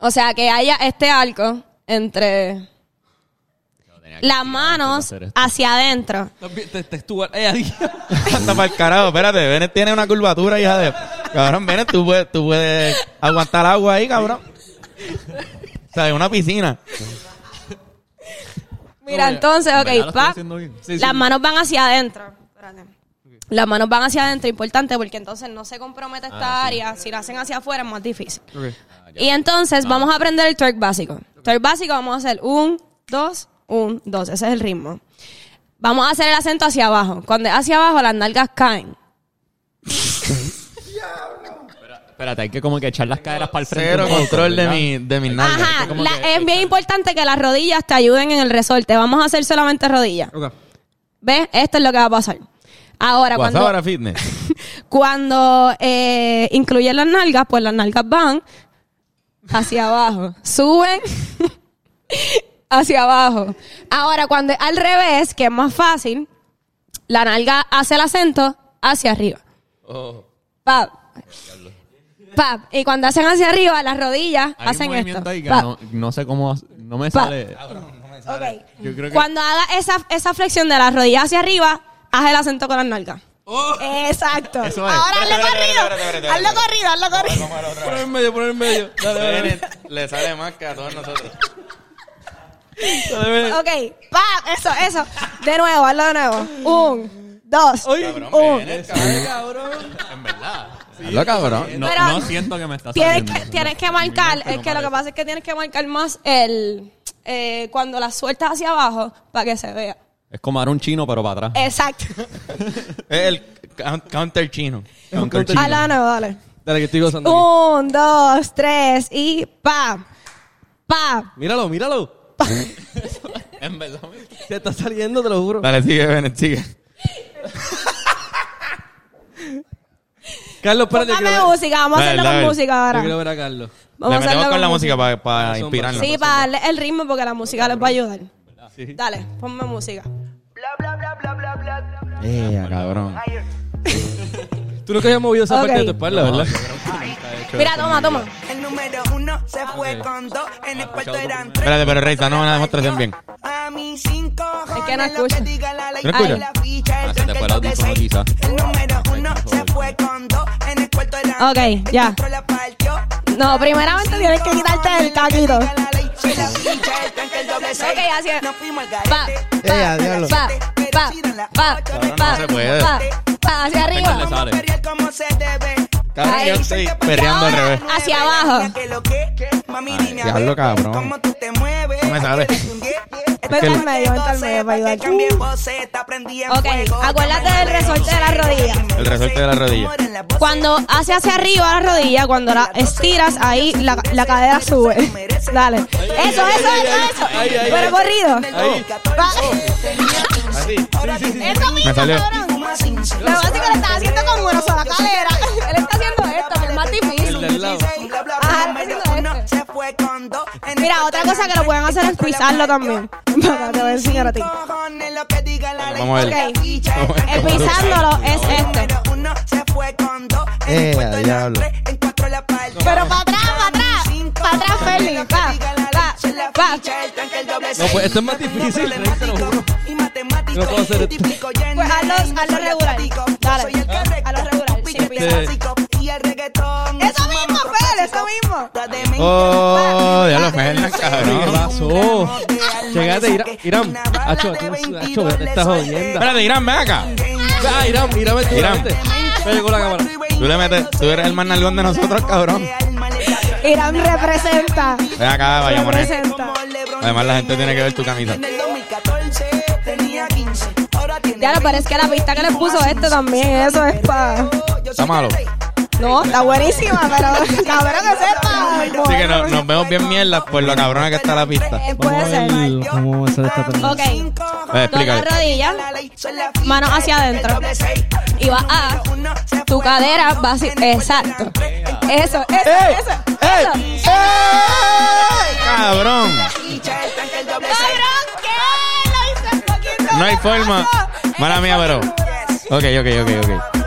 Speaker 4: O sea, que haya este arco entre las manos hacia adentro.
Speaker 3: eh,
Speaker 1: Hasta para el carajo, espérate. Bennett tiene una curvatura, hija de. Cabrón, Bennett, tú puedes, tú puedes aguantar agua ahí, cabrón. O sea, en una piscina.
Speaker 4: Mira, entonces,
Speaker 2: ¿Verdad lo
Speaker 4: ok,
Speaker 2: estoy
Speaker 4: pa,
Speaker 2: haciendo bien?
Speaker 4: las manos van hacia adentro. Espérate. Las manos van hacia adentro, importante, porque entonces no se compromete esta área. Si la hacen hacia afuera es más difícil.
Speaker 3: Ok.
Speaker 1: Ah,
Speaker 4: Y entonces vamos a aprender el twerk básico. Twerk básico vamos a hacer un, dos, un, dos. Ese es el ritmo. Vamos a hacer el acento hacia abajo. Cuando es hacia abajo, las nalgas caen.
Speaker 2: Espérate, hay que como que echar las caderas para el frente.
Speaker 1: Cero
Speaker 2: un poco,
Speaker 1: control de,
Speaker 2: ¿verdad?
Speaker 1: mi, de mis nalgas.
Speaker 4: Ajá, la- es bien importante que las rodillas te ayuden en el resorte. Vamos a hacer solamente rodillas.
Speaker 3: Ok.
Speaker 4: ¿Ves? Esto es lo que va a pasar. Ahora,
Speaker 1: WhatsApp
Speaker 4: cuando,
Speaker 1: ahora fitness.
Speaker 4: cuando eh, incluyen las nalgas, pues las nalgas van hacia abajo. Suben hacia abajo. Ahora, cuando es al revés, que es más fácil, la nalga hace el acento hacia arriba.
Speaker 2: Oh.
Speaker 4: Pap. Pap. Y cuando hacen hacia arriba, las rodillas
Speaker 2: Hay
Speaker 4: hacen
Speaker 2: un movimiento
Speaker 4: esto.
Speaker 2: ahí que
Speaker 4: Pap.
Speaker 2: no, no sé cómo. No me
Speaker 4: Pa.
Speaker 2: sale.
Speaker 4: Ok.
Speaker 2: Yo creo que-
Speaker 4: Cuando haga esa, esa flexión de las rodillas hacia arriba, haz el acento con las nalgas. Exacto.
Speaker 2: Oh. Eso es.
Speaker 4: Ahora hazlo
Speaker 1: Espérate, espérate,
Speaker 4: corrido.
Speaker 1: espérate, espérate,
Speaker 4: Hazlo corrido, hazlo corrido.
Speaker 3: Poner en medio, poner en medio. Dale, dale, dale.
Speaker 1: le sale más que a todos nosotros.
Speaker 3: dale, dale.
Speaker 4: Ok. Pa, eso, eso. De nuevo, hazlo de nuevo. Un, dos, un.
Speaker 2: En verdad.
Speaker 1: Lo cabrón.
Speaker 2: No,
Speaker 4: Pero-
Speaker 2: no siento que me está
Speaker 4: Tienes
Speaker 2: saliendo.
Speaker 4: que, tienes que marcar,
Speaker 2: Mira,
Speaker 4: es que lo que
Speaker 2: parece.
Speaker 4: pasa es que tienes que marcar más el eh, cuando la sueltas hacia abajo para que se vea.
Speaker 2: Es como dar un chino, pero para atrás.
Speaker 4: Exacto.
Speaker 1: Es el count- counter chino.
Speaker 2: Counter chino.
Speaker 4: Hazlo de nuevo, dale.
Speaker 3: Dale, que estoy gozando. aquí.
Speaker 4: Un, dos, tres y pa. Pa.
Speaker 3: Míralo, míralo.
Speaker 2: En verdad.
Speaker 3: Se está saliendo, te lo juro.
Speaker 1: Dale, sigue, Bennett, sigue.
Speaker 3: Carlos, espérate. yo
Speaker 4: Póngame
Speaker 3: quiero ver-
Speaker 4: música, vamos a
Speaker 1: Dale,
Speaker 4: hacerlo con
Speaker 1: dale.
Speaker 4: música
Speaker 3: Yo
Speaker 4: ahora.
Speaker 3: quiero ver a Carlos.
Speaker 4: Vamos a
Speaker 1: le
Speaker 4: hacerlo
Speaker 1: metemos con la música para inspirarnos.
Speaker 4: Sí, para darle el ritmo porque la música les va a ayudar.
Speaker 3: Sí.
Speaker 4: Dale, ponme música.
Speaker 1: Eh, cabrón.
Speaker 3: Tú nunca habías movido esa
Speaker 4: Ok.
Speaker 3: parte de tu espalda, ¿verdad?
Speaker 4: Mira, toma, toma.
Speaker 5: El número uno
Speaker 1: Ah,
Speaker 5: se fue con dos, en el cuarto eran tres.
Speaker 1: Espérate, pero Rey, danos una demostración bien.
Speaker 5: A mí cinco
Speaker 4: Es que no
Speaker 5: lo
Speaker 4: escucha.
Speaker 5: que diga la ley,
Speaker 1: ¿No escucha?
Speaker 5: ahí la ficha, el
Speaker 2: Ah, se te
Speaker 5: tranque,
Speaker 2: fue el
Speaker 5: doble
Speaker 2: audífono,
Speaker 5: seis.
Speaker 2: quizá.
Speaker 5: El número uno se fue con dos, en el cuarto eran
Speaker 4: Ok,
Speaker 5: tres. El
Speaker 4: ya.
Speaker 5: otro la partió.
Speaker 4: No, primeramente tienes que quitarte el caquito.
Speaker 5: Diga la ley, soy la ficha, el tranque, el doble seis.
Speaker 4: Ok, así es.
Speaker 5: Nos fuimos al
Speaker 4: Pa,
Speaker 5: garete.
Speaker 4: pa, pa, pa, pa,
Speaker 1: Cabrón,
Speaker 4: pa,
Speaker 1: no se puede.
Speaker 4: pa, pa, hacia
Speaker 2: Venga, le
Speaker 4: arriba.
Speaker 2: sale.
Speaker 5: Vamos a perrear como se debe.
Speaker 1: Cabrón,
Speaker 4: Ahí.
Speaker 1: yo estoy perreando al
Speaker 4: Ahora,
Speaker 1: revés.
Speaker 4: Hacia abajo.
Speaker 1: diablo,
Speaker 5: Diablo,
Speaker 1: cabrón.
Speaker 5: ¿Cómo tú te mueves?
Speaker 1: No me sale.
Speaker 4: Vente al medio, vente al medio para ayudarte. Ok, acuérdate del resorte de la rodilla.
Speaker 1: El resorte de la rodilla.
Speaker 4: Cuando hace hacia arriba la rodilla, cuando la estiras, ahí la, la cadera sube. Dale. Eso, eso, eso, eso. Pero corrido. Pa-
Speaker 1: Así.
Speaker 4: Eso mismo,
Speaker 1: Me salió.
Speaker 4: cabrón. Lo que pasa es que lo estás haciendo con una sola cadera. Él está haciendo esto, que es más
Speaker 3: El
Speaker 4: difícil.
Speaker 3: del lado.
Speaker 4: Ajá, este. Mira, otra cosa que lo pueden hacer es pisarlo también. Para te voy a enseñar a ti.
Speaker 1: Vamos a ver.
Speaker 4: Ok. El pisándolo es este.
Speaker 5: Eh,
Speaker 1: diablo.
Speaker 4: Pero para atrás, para atrás. Para atrás, Feli. Pa, pa, pa.
Speaker 3: No, pues esto es más difícil, Rey, te lo juro.
Speaker 5: Yo
Speaker 3: No puedo hacer esto.
Speaker 4: Pues hazlo, hazlo regular. Dale. Hazlo Ah. regular. Sin pisar. Eso mismo, Fel, eso mismo.
Speaker 1: Oh, ya lo Fernan,
Speaker 3: ¿Qué
Speaker 1: cabrón.
Speaker 3: pasó? Llegate, Irán. Irán. Hacho, tú, hacho, vete esta jodienda.
Speaker 1: Espérate, Irán, ven acá.
Speaker 3: Ah, Irán, Irán, vete.
Speaker 1: Irán.
Speaker 3: vete. Me llegó la cámara.
Speaker 1: Tú le metes, tú eres el más nalgón de nosotros, cabrón.
Speaker 6: Irán representa.
Speaker 1: Ven acá, Bayamón.
Speaker 6: Representa.
Speaker 1: Además, la gente tiene que ver tu camisa.
Speaker 5: En el 2014 tenía 15. Ahora tiene
Speaker 4: Ya, pero es que la pista que le puso este
Speaker 6: También eso es para.
Speaker 1: Está malo.
Speaker 6: No, está buenísima, pero cabrón que sepa.
Speaker 1: Así que no- nos vemos bien mierda por lo cabrona que está la pista.
Speaker 6: Eh, puede ser.
Speaker 7: Ay, ¿Cómo va a ser esta
Speaker 4: Ok.
Speaker 1: Eh,
Speaker 4: Dos
Speaker 1: explícale.
Speaker 4: las rodillas, manos hacia adentro. Y va a. Tu cadera va así. Exacto. Eso, eso, eso. eso.
Speaker 1: ¡Cabrón!
Speaker 6: ¡Cabrón, qué! Lo hice un poquito
Speaker 1: No hay
Speaker 6: de
Speaker 1: forma.
Speaker 6: paso.
Speaker 1: Mala mía, pero. Ok, ok, ok, ok.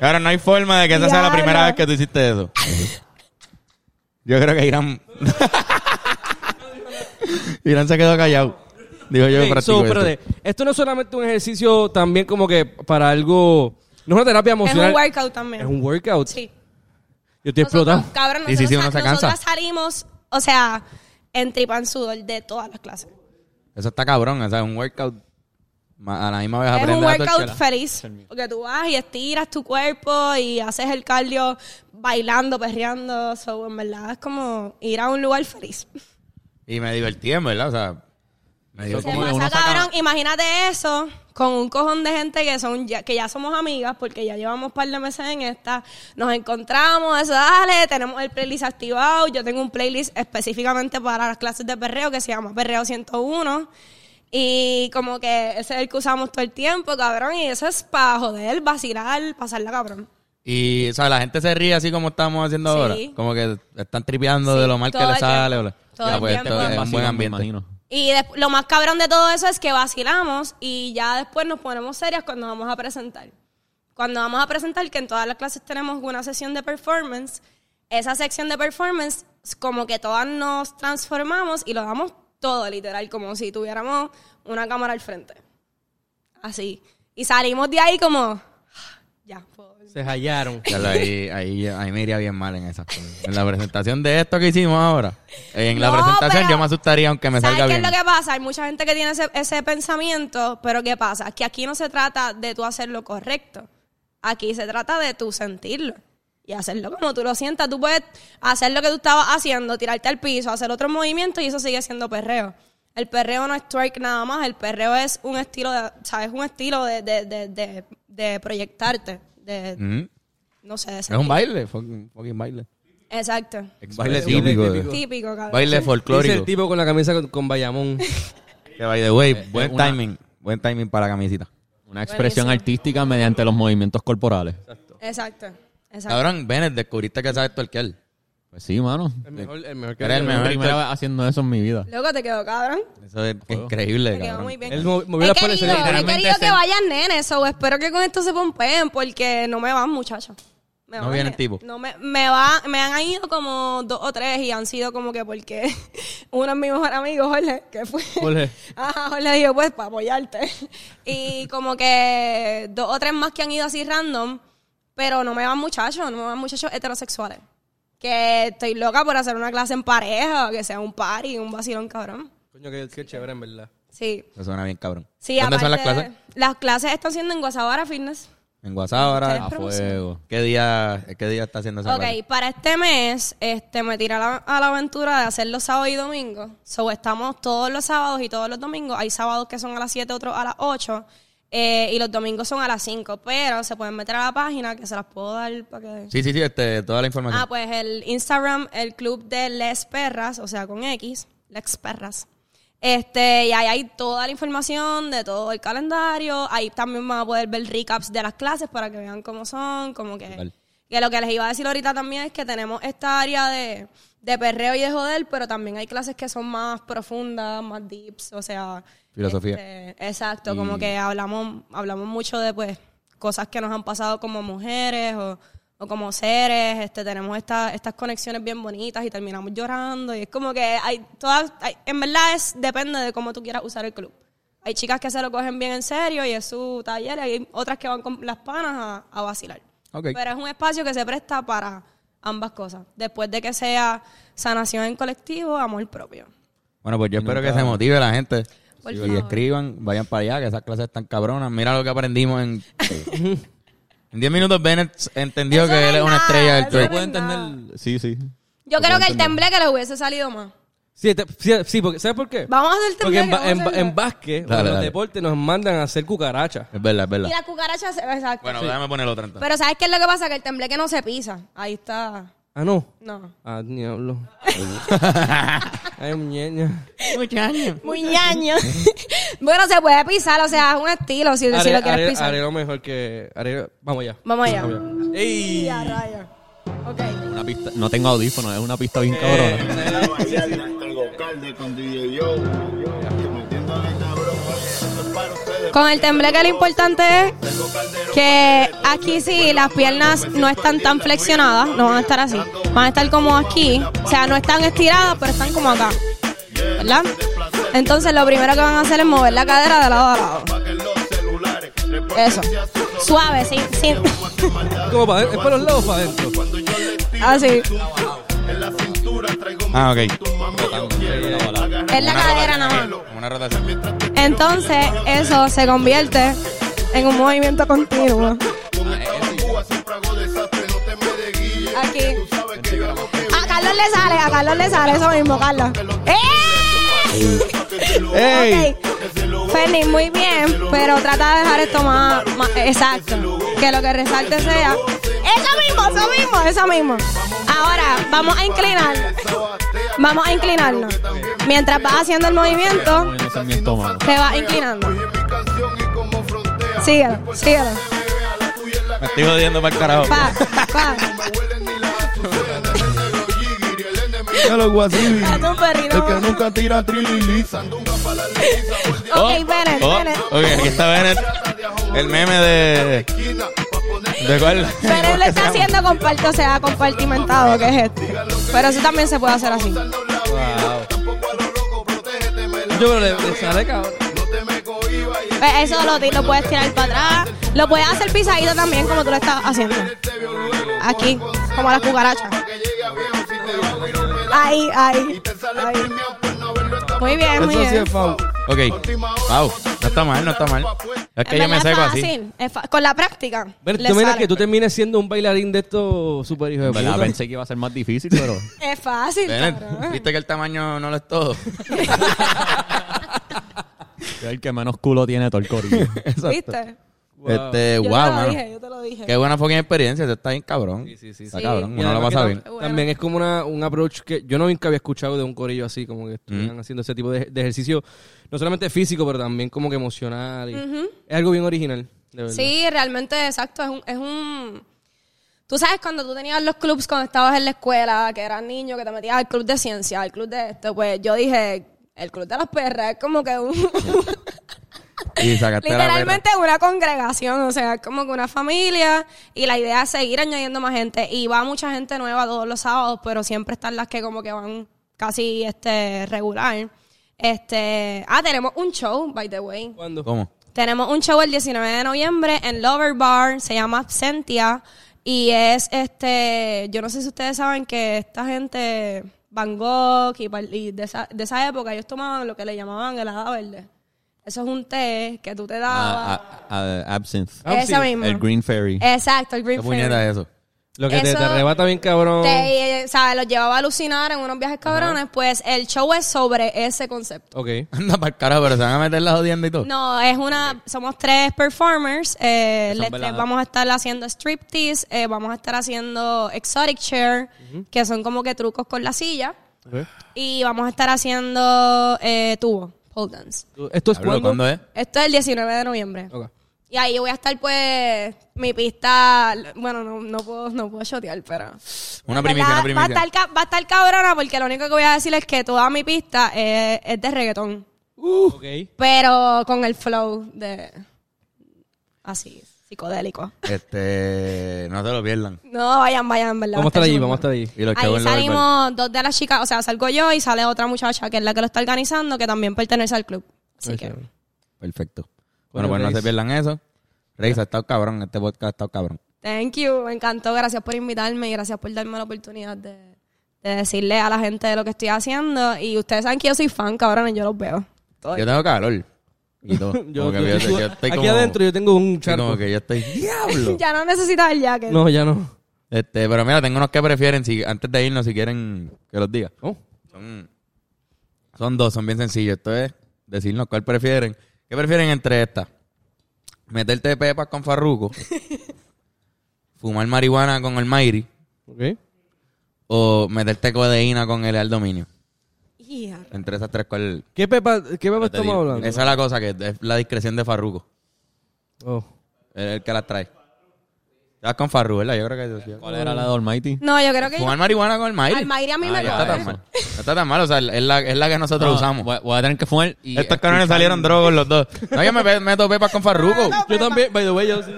Speaker 1: Ahora no hay forma de que esa sea la primera vez que tú hiciste eso. Yo creo que Irán. Irán se quedó callado. Dijo yo
Speaker 3: Ok,
Speaker 1: que practico
Speaker 3: so, espérate.
Speaker 1: esto.
Speaker 3: Esto no es solamente un ejercicio también como que para algo... No es una terapia
Speaker 4: Es un
Speaker 3: emocional.
Speaker 4: workout también.
Speaker 3: Es un workout.
Speaker 4: Sí.
Speaker 3: Yo estoy
Speaker 4: Nosotros,
Speaker 3: explotado.
Speaker 4: Cabrón,
Speaker 1: Sí,
Speaker 4: nosotros,
Speaker 1: sí, sí, uno se cansa.
Speaker 4: nosotras salimos, o sea, en tripan sudor de todas las clases.
Speaker 1: Eso está cabrón, o sea, es un workout. Ma- A la misma vez
Speaker 4: Es un
Speaker 1: aprende a
Speaker 4: workout
Speaker 1: torchela.
Speaker 4: feliz. Porque tú vas y estiras tu cuerpo y haces el cardio bailando, perreando. So, en verdad, es como ir a un lugar feliz.
Speaker 1: Y me divertí, en verdad, o sea. Me divertí.
Speaker 2: como que
Speaker 4: Además,
Speaker 2: uno saca-
Speaker 4: cabrón, imagínate eso con un cojón de gente que son ya, que ya somos amigas porque ya llevamos par de meses en esta. Nos encontramos, eso, dale, tenemos el playlist activado. Yo tengo un playlist específicamente para las clases de perreo que se llama Perreo 101. Y como que ese es el que usamos todo el tiempo, cabrón. Y eso es para joder, vacilar, pasarla, cabrón.
Speaker 1: Y, o sea, la gente se ríe así como estamos haciendo
Speaker 4: Sí.
Speaker 1: ahora. Como que están tripeando
Speaker 4: Sí,
Speaker 1: de lo mal que
Speaker 4: todo
Speaker 1: le
Speaker 4: el
Speaker 1: sale.
Speaker 4: tiempo.
Speaker 1: o la-
Speaker 4: Todo
Speaker 1: Ya,
Speaker 4: el
Speaker 1: pues,
Speaker 4: tiempo.
Speaker 1: esto es un
Speaker 2: Vacilan,
Speaker 1: buen
Speaker 2: me
Speaker 1: ambiente.
Speaker 2: imagino.
Speaker 4: Y des- lo más cabrón de todo eso es que vacilamos y ya después nos ponemos serias cuando vamos a presentar. Cuando vamos a presentar, que en todas las clases tenemos una sesión de performance, esa sección de performance, como que todas nos transformamos y lo damos todo, literal, como si tuviéramos una cámara al frente. Así. Y salimos de ahí como, "Ah, ya, puedo volver.
Speaker 3: Se hallaron.
Speaker 1: Ya lo- ahí, ahí, ahí me iría bien mal en esa. cosa. En la presentación de esto que hicimos ahora. eh, En la
Speaker 4: No,
Speaker 1: presentación
Speaker 4: pero-
Speaker 1: yo me asustaría aunque me
Speaker 4: ¿Sabes
Speaker 1: salga
Speaker 4: qué
Speaker 1: bien.
Speaker 4: es lo que pasa? Hay mucha gente que tiene ese, ese pensamiento, pero ¿qué pasa? Que aquí no se trata de tú hacer lo correcto. Aquí se trata de tú sentirlo. Y hacerlo como tú lo sientas. Tú puedes hacer lo que tú estabas haciendo, tirarte al piso, hacer otro movimiento y eso sigue siendo perreo. El perreo no es twerk nada más, el perreo es un estilo de, ¿sabes? Un estilo de, de- de- de- de proyectarte, de,
Speaker 1: Ujú.
Speaker 4: no sé, de
Speaker 1: Es un
Speaker 4: sentir.
Speaker 1: baile, fucking, fucking baile.
Speaker 4: Exacto.
Speaker 1: Baile
Speaker 3: típico,
Speaker 1: típico.
Speaker 3: típico.
Speaker 4: Típico, cabrón.
Speaker 1: Baile
Speaker 3: Dice el
Speaker 1: folclórico.
Speaker 3: tipo con la camisa con, con Bayamón.
Speaker 1: Que by the way, buen
Speaker 2: una-
Speaker 1: timing. Buen timing para la camisita.
Speaker 2: Una expresión
Speaker 4: Buenísimo.
Speaker 2: artística mediante los movimientos corporales.
Speaker 4: Exacto. Exacto.
Speaker 1: Cabrón, Bennett, descubriste que sabes torquear.
Speaker 2: Pues sí, mano.
Speaker 3: El mejor, el mejor que
Speaker 1: Era el
Speaker 2: Es la
Speaker 1: mejor.
Speaker 2: primera
Speaker 1: tor-
Speaker 2: vez haciendo eso en mi vida.
Speaker 4: Luego te quedó cabrón.
Speaker 1: Eso es increíble,
Speaker 4: Me quedó muy
Speaker 1: cabrón.
Speaker 4: bien.
Speaker 3: Él mo- movió
Speaker 4: he
Speaker 3: las
Speaker 4: querido,
Speaker 3: paredes,
Speaker 4: he
Speaker 1: literalmente
Speaker 4: querido que
Speaker 1: se-
Speaker 4: vayan nenes, o espero que con esto se pompeen, porque no me van, muchachos. Me
Speaker 1: No
Speaker 4: van,
Speaker 1: viene el
Speaker 4: ne-
Speaker 1: tipo.
Speaker 4: No me, me va, me han ido como dos o tres y han sido como que porque uno es mi mejor amigo, Jorge, que fue.
Speaker 3: Jorge.
Speaker 4: Ajá, Jorge dijo, pues, para apoyarte. Y como que dos o tres más que han ido así random, pero no me van muchachos, no me van muchachos heterosexuales. Que estoy loca por hacer una clase en pareja, que sea un party, un vacilón cabrón.
Speaker 3: Coño, que, que chévere, en verdad.
Speaker 4: Sí.
Speaker 1: Eso suena bien, cabrón.
Speaker 4: Sí,
Speaker 1: ¿Dónde son las
Speaker 4: aparte,
Speaker 1: clases?
Speaker 4: Las clases están siendo en Guasabara Fitness.
Speaker 1: En WhatsApp ahora.
Speaker 4: Ustedes
Speaker 1: a
Speaker 4: producen.
Speaker 1: fuego. ¿Qué día, ¿Qué día está haciendo esa clase?
Speaker 4: Ok, para este mes este, me tiré a la, a la aventura de hacer los sábados y domingos. So, estamos todos los sábados y todos los domingos. Hay sábados que son a las 7, otros a las 8. eh, y los domingos son a las 5. Pero se pueden meter a la página que se las puedo dar para que...
Speaker 1: Sí, sí, sí, este, toda la información.
Speaker 4: Ah, pues el Instagram, el club de Les Perras, o sea, con X, Les Perras. Este, y ahí hay toda la información de todo el calendario. Ahí también van a poder ver recaps de las clases para que vean cómo son, como que...
Speaker 1: Brutal.
Speaker 4: Que lo que les iba a decir ahorita también es que tenemos esta área de, de perreo y de joder, pero también hay clases que son más profundas, más deeps, o sea...
Speaker 1: Filosofía.
Speaker 4: este, exacto, como que hablamos, hablamos mucho de pues cosas que nos han pasado como mujeres o, o como seres, este, tenemos esta- estas conexiones bien bonitas y terminamos llorando y es como que hay todas, hay- en verdad es, depende de cómo tú quieras usar el club. Hay chicas que se lo cogen bien en serio y es su taller, y hay otras que van con las panas a, a vacilar.
Speaker 1: Ok.
Speaker 4: Pero es un espacio que se presta para ambas cosas, después de que sea sanación en colectivo, amor propio.
Speaker 1: Bueno, pues yo espero que se motive la gente.
Speaker 4: Por
Speaker 1: y
Speaker 4: favor.
Speaker 1: escriban, vayan para allá, que esas clases están cabronas. Mira lo que aprendimos en En 10 minutos Bennett entendió
Speaker 4: Eso
Speaker 1: que
Speaker 4: no
Speaker 1: él
Speaker 4: es
Speaker 1: es una
Speaker 4: nada,
Speaker 1: estrella del
Speaker 4: eso
Speaker 1: twerk.
Speaker 4: no es nada.
Speaker 2: Sí, sí.
Speaker 4: Yo
Speaker 2: Lo
Speaker 4: creo
Speaker 2: puedo
Speaker 4: que el
Speaker 2: entender.
Speaker 4: temble que les hubiese salido más.
Speaker 3: Sí, te- sí, sí, porque, ¿sabes por qué?
Speaker 4: Vamos a hacer el
Speaker 3: Porque
Speaker 4: temble.
Speaker 3: en,
Speaker 4: que vamos
Speaker 3: ba-
Speaker 4: a
Speaker 3: en, ba-
Speaker 4: hacerlo.
Speaker 3: en básquet, o
Speaker 1: Dale,
Speaker 3: en los
Speaker 1: dale.
Speaker 3: deportes, nos mandan a hacer cucarachas.
Speaker 1: Es verdad, es verdad.
Speaker 4: Y la cucaracha, se- exacto.
Speaker 1: Bueno,
Speaker 4: Sí.
Speaker 1: déjame poner otra entonces.
Speaker 4: Pero ¿sabes qué es lo que pasa? Que el temble que no se pisa. Ahí está.
Speaker 3: Ah, no.
Speaker 4: No.
Speaker 3: Ah, diablo. Ay, muñeña.
Speaker 4: Muy ñaño. bueno, se puede pisar, o sea, es un estilo si, si
Speaker 3: Haré-
Speaker 4: lo quieres
Speaker 3: haré-
Speaker 4: pisar.
Speaker 3: haré lo mejor que... haré- Vamos allá.
Speaker 4: Vamos allá.
Speaker 3: Vamos allá. ¡Ey!
Speaker 4: Ya, raya. Ok.
Speaker 2: Una pista, no tengo audífonos, es una pista bien cabrona.
Speaker 4: Con el tembleque lo importante es que aquí sí las piernas no están tan flexionadas, no van a estar así, van a estar como aquí, o sea, no están estiradas, pero están como acá, ¿verdad? Entonces lo primero que van a hacer es mover la cadera de lado a lado. Eso, suave, sin, sin,
Speaker 3: Como para, es para los lados para adentro.
Speaker 4: así.
Speaker 1: Ah, ok.
Speaker 4: Es la cadera nada más.
Speaker 1: Como una rotación.
Speaker 4: Entonces eso se convierte en un movimiento continuo. Aquí. A Carlos le sale, a Carlos le sale eso mismo, Carlos. ¡Eh! ¡Ey!
Speaker 3: ¡Ey!
Speaker 4: Ok. Fernie, muy bien, pero trata de dejar esto más, más- exacto. Que lo que resalte sea. Eso mismo, eso mismo, eso mismo. Ahora, vamos a inclinar. Vamos a inclinarnos. Mientras vas haciendo el movimiento,
Speaker 2: Poniéndose en mi estómago.
Speaker 4: te vas inclinando. Síguelo, síguelo.
Speaker 1: Me estoy jodiendo para el carajo.
Speaker 4: Pa, pa. Haz un perrito.
Speaker 7: nunca tira trililiza.
Speaker 4: Ok, Bennett,
Speaker 1: Oh,
Speaker 4: Bennett.
Speaker 1: ok, aquí está Bennett. El meme de. ¿De cuál?
Speaker 4: Pero él lo está haciendo comparto, o sea, compartimentado, que es esto. Pero eso también se puede hacer así.
Speaker 3: Yo creo que le, le sale cabrón.
Speaker 4: Pues Eso lo, ti- lo puedes tirar para atrás. Lo puedes hacer pisadito también, como tú lo estás haciendo. Aquí, como las cucarachas. Ahí, ahí. ahí. Muy bien, muy
Speaker 3: Eso sí
Speaker 4: bien.
Speaker 3: es foul.
Speaker 1: Ok. Wow. No está mal, no está mal. Es que
Speaker 4: En
Speaker 1: yo me
Speaker 4: verdad es
Speaker 1: seco así.
Speaker 4: fácil, es fa- con la práctica.
Speaker 3: Ven,
Speaker 4: le
Speaker 3: tú miras
Speaker 4: sale.
Speaker 3: que tú termines siendo un bailarín de estos super hijos de
Speaker 2: ¿Verdad?
Speaker 3: puta.
Speaker 2: Pensé que iba a ser más difícil, pero.
Speaker 4: Es fácil.
Speaker 1: Bennett,
Speaker 4: cabrón.
Speaker 1: viste que el tamaño no lo es todo.
Speaker 2: El que menos culo tiene todo el corillo.
Speaker 4: ¿Viste?
Speaker 1: Este,
Speaker 4: Yo
Speaker 1: wow,
Speaker 4: te lo
Speaker 1: mano.
Speaker 4: dije, yo te lo dije.
Speaker 1: Qué buena fucking experiencia. Esto está bien cabrón. Está
Speaker 4: Sí.
Speaker 1: cabrón.
Speaker 3: Y
Speaker 1: Uno lo
Speaker 3: además
Speaker 1: pasa
Speaker 3: que
Speaker 1: bien.
Speaker 3: tam- eh, También es como una, un approach que yo no nunca había escuchado de un corillo así, como
Speaker 1: Mm.
Speaker 3: que estuvieran haciendo ese tipo de, de ejercicio, no solamente físico, pero también como que emocional. y- Es algo bien original, de verdad.
Speaker 4: Sí, realmente, exacto. Es un, es un. Tú sabes, cuando tú tenías los clubs cuando estabas en la escuela, que eras niño, que te metías al club de ciencia, al club de esto, pues yo dije, el club de las perras es como que un.
Speaker 1: Y sacaste la perra.
Speaker 4: Literalmente una congregación, o sea, es como que una familia y la idea es seguir añadiendo más gente y va mucha gente nueva todos los sábados, pero siempre están las que como que van casi este regular. Este, ah, tenemos un show, by the way.
Speaker 3: ¿Cuándo?
Speaker 1: ¿Cómo?
Speaker 4: Tenemos un show el 19 de noviembre en Lover Bar, se llama Absentia y es este, yo no sé si ustedes saben que esta gente, Van Gogh y, par- y de, esa, de esa época, ellos tomaban lo que le llamaban helada verde. Eso es un té que tú te dabas.
Speaker 2: Ah, ah, ah, absinthe.
Speaker 3: ah,
Speaker 4: Esa
Speaker 3: sí,
Speaker 4: misma.
Speaker 2: El Green Fairy.
Speaker 4: Exacto, el
Speaker 1: ¿Qué
Speaker 4: Green
Speaker 1: puñeta
Speaker 4: Fairy.
Speaker 1: es eso?
Speaker 3: Lo que te,
Speaker 4: Eso-
Speaker 3: te arrebata bien cabrón.
Speaker 4: Te, eh, ¿sabes? Los llevaba a alucinar en unos viajes cabrones, pues el show es sobre ese concepto.
Speaker 3: Ok.
Speaker 1: Anda para el carajo, pero se van a meter la jodienda y todo.
Speaker 4: No, es una. Somos tres performers. eh,
Speaker 2: son
Speaker 4: les- les
Speaker 2: veladas.
Speaker 4: vamos a estar haciendo striptease. eh, vamos a estar haciendo exotic chair, que son como que trucos con la silla.
Speaker 3: Ok.
Speaker 4: Y vamos a estar haciendo eh, tubo, pole dance.
Speaker 3: Tú- ¿Esto es
Speaker 1: Hablo,
Speaker 3: cuándo?
Speaker 1: ¿Cuándo es?
Speaker 4: Esto es el 19 de noviembre.
Speaker 3: Ok.
Speaker 4: Y ahí voy a estar, pues, mi pista. Bueno, no, no puedo, no puedo shotear, pero.
Speaker 1: Una primicia,
Speaker 4: ¿Verdad?
Speaker 1: una
Speaker 4: Va a, estar,
Speaker 1: primicia.
Speaker 4: ca- va a estar cabrona porque lo único que voy a decir es que toda mi pista es, es de reggaetón.
Speaker 3: Ok.
Speaker 4: Pero con el flow de. Así, psicodélico.
Speaker 1: Este. No se lo pierdan.
Speaker 4: No, vayan, vayan, ¿verdad?
Speaker 3: Vamos a estar allí,
Speaker 4: allí,
Speaker 3: vamos a estar allí.
Speaker 1: Y los que
Speaker 4: Ahí
Speaker 1: ven lo ven.
Speaker 4: salimos dos de las chicas, o sea, salgo yo y sale otra muchacha que es la que lo está organizando, que también pertenece al club. Así que.
Speaker 3: Ok.
Speaker 1: Perfecto. Bueno,
Speaker 3: Bueno,
Speaker 1: pues no
Speaker 3: Reis.
Speaker 1: se pierdan eso. Reis, ha estado cabrón. Este podcast ha estado cabrón.
Speaker 4: Thank you, me encantó. Gracias por invitarme y gracias por darme la oportunidad de, de decirle a la gente lo que estoy haciendo. Y ustedes saben que yo soy fan, cabrones, yo los veo. Todo.
Speaker 1: Yo tengo calor. Y todo.
Speaker 3: Yo,
Speaker 1: Como que
Speaker 3: yo
Speaker 1: fíjate,
Speaker 3: tengo-
Speaker 1: yo estoy
Speaker 3: aquí
Speaker 1: como-
Speaker 3: adentro yo tengo un
Speaker 1: Sí,
Speaker 3: charco.
Speaker 1: Como que yo estoy, diablo.
Speaker 4: ya no necesitas el jacket.
Speaker 3: No, ya no.
Speaker 1: Este, pero mira, tengo unos que prefieren, si, antes de irnos, si quieren que los diga.
Speaker 3: Oh,
Speaker 1: Son, son dos, son bien sencillos. Esto es decirnos cuál prefieren. ¿Qué prefieren entre estas? Meterte pepas con Farruco, fumar marihuana con el Mayri
Speaker 3: ok.
Speaker 1: o meterte codeína con el Al Dominio.
Speaker 4: Hija.
Speaker 1: Entre esas tres, ¿cuál?
Speaker 3: ¿Qué pepa, qué pepa Pues estamos hablando?
Speaker 1: Esa es la cosa que es la discreción de Farruco.
Speaker 3: Oh.
Speaker 1: El, el que las trae. Estás con Farruco, ¿verdad? Yo creo que
Speaker 2: ¿Cuál era la de Almighty?
Speaker 4: No, yo creo que yo-
Speaker 1: Fumar marihuana con el Mayri.
Speaker 4: Al Mayri a mí
Speaker 1: Ah,
Speaker 4: me
Speaker 1: no está tan
Speaker 4: coge.
Speaker 1: mal. No está tan mal, o sea, es la, es la que nosotros
Speaker 2: No,
Speaker 1: usamos.
Speaker 2: Voy, voy a tener que fumar y...
Speaker 1: Estos cabrones salieron drogos los dos. No, yo me pe- meto pepas con Farruko.
Speaker 3: Yo también, by the way, yo sí.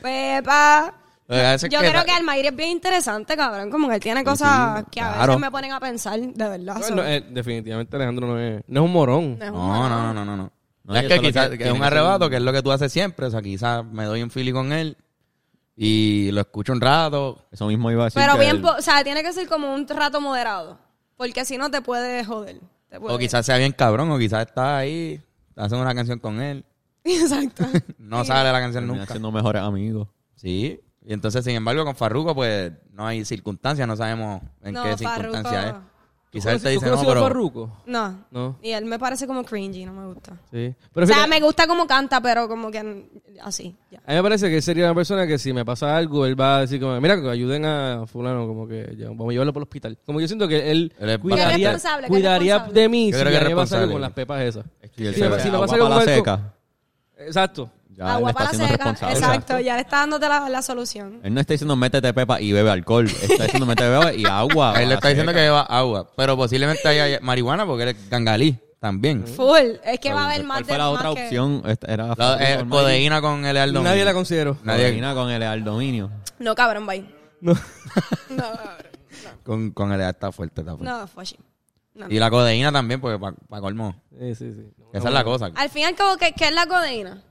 Speaker 4: Pepa.
Speaker 1: O sea, eso es
Speaker 4: Yo
Speaker 1: que-
Speaker 4: creo que Almairi es bien interesante, cabrón. Como que él tiene cosas que a
Speaker 1: claro.
Speaker 4: veces me ponen a pensar, de verdad.
Speaker 3: No,
Speaker 4: Ah, so-
Speaker 3: no, eh, definitivamente Alejandro no es, no es un morón.
Speaker 4: no es un
Speaker 1: No, no, no, no, no.
Speaker 2: No,
Speaker 1: es
Speaker 2: y
Speaker 1: que
Speaker 2: eso es lo
Speaker 1: quizás
Speaker 2: que
Speaker 1: que es
Speaker 2: tiene
Speaker 1: un
Speaker 2: que ser
Speaker 1: arrebato, que es lo que tú haces siempre. O sea, quizás me doy un fili con él y lo escucho un rato.
Speaker 2: Eso mismo iba a decir
Speaker 4: Pero
Speaker 2: que
Speaker 4: bien,
Speaker 2: el-
Speaker 4: po- o sea, tiene que ser como un rato moderado. Porque si no, te puede joder. Te puede-
Speaker 1: O quizás sea bien cabrón, o quizás está ahí, hacen una canción con él.
Speaker 4: Exacto.
Speaker 1: No sale la canción
Speaker 2: terminan
Speaker 1: nunca.
Speaker 2: siendo mejores amigos.
Speaker 1: Sí. Y entonces, sin embargo, con Farruko, pues no hay circunstancias, no sabemos en
Speaker 4: No,
Speaker 1: qué
Speaker 4: Farruko-
Speaker 1: circunstancia es. Quizás él
Speaker 3: ¿Tú
Speaker 1: te dice, no,
Speaker 3: conoces a
Speaker 1: pero.
Speaker 3: Farruko?
Speaker 4: No.
Speaker 3: No.
Speaker 4: Y él me parece como cringy, no me gusta.
Speaker 3: Sí.
Speaker 4: o
Speaker 3: Pero
Speaker 4: sea,
Speaker 3: fíjate,
Speaker 4: me gusta como canta, pero como que mm, así. ya.
Speaker 3: a mí me parece que él sería una persona que si me pasa algo, él va a decir como, mira, que ayuden a fulano, como que ya, vamos a llevarlo para el hospital. Como yo siento que él,
Speaker 1: Él es
Speaker 4: Que es
Speaker 3: cuidaría,
Speaker 4: responsable, que es
Speaker 3: cuidaría
Speaker 4: responsable.
Speaker 3: de mí
Speaker 1: Yo
Speaker 3: si
Speaker 1: creo que
Speaker 3: a
Speaker 1: es
Speaker 3: mí me pasa
Speaker 1: responsable.
Speaker 3: algo con las pepas esas.
Speaker 1: Y él
Speaker 3: Sí,
Speaker 1: se
Speaker 3: me-
Speaker 1: ve-
Speaker 3: si lo
Speaker 2: Agua
Speaker 3: vas a hacer
Speaker 2: pa' la
Speaker 3: con alcohol.
Speaker 2: seca.
Speaker 3: Exacto.
Speaker 2: Ya él
Speaker 4: Agua
Speaker 2: está
Speaker 4: para
Speaker 2: siendo
Speaker 4: la seca.
Speaker 2: responsable.
Speaker 4: Exacto, ya le está dándote la, la solución.
Speaker 2: Él no está diciendo métete pepa y bebe alcohol. Está diciendo métete pepa y agua.
Speaker 3: Ah,
Speaker 1: Él le está
Speaker 2: para la
Speaker 1: diciendo que
Speaker 2: seca.
Speaker 1: lleva agua, pero posiblemente haya marihuana porque él es gangalí también.
Speaker 4: Full. Es que va a haber más
Speaker 2: ¿Cuál
Speaker 4: de
Speaker 2: fue la
Speaker 4: más
Speaker 2: otra
Speaker 4: que-
Speaker 2: opción? Esta Era
Speaker 1: La, eh, codeína con el Aldo.
Speaker 3: Nadie la considero.
Speaker 1: nadie-
Speaker 2: Nadie. con el al dominio.
Speaker 4: No, cabrón, bye.
Speaker 3: No.
Speaker 4: No, cabrón.
Speaker 1: Con, con el está fuerte, está fuerte.
Speaker 4: No, fushi. No.
Speaker 1: Y la codeína también, porque para colmo.
Speaker 3: Sí, sí, sí.
Speaker 1: Que Esa es la cosa.
Speaker 4: Al fin y al cabo, ¿qué, qué es la codeína?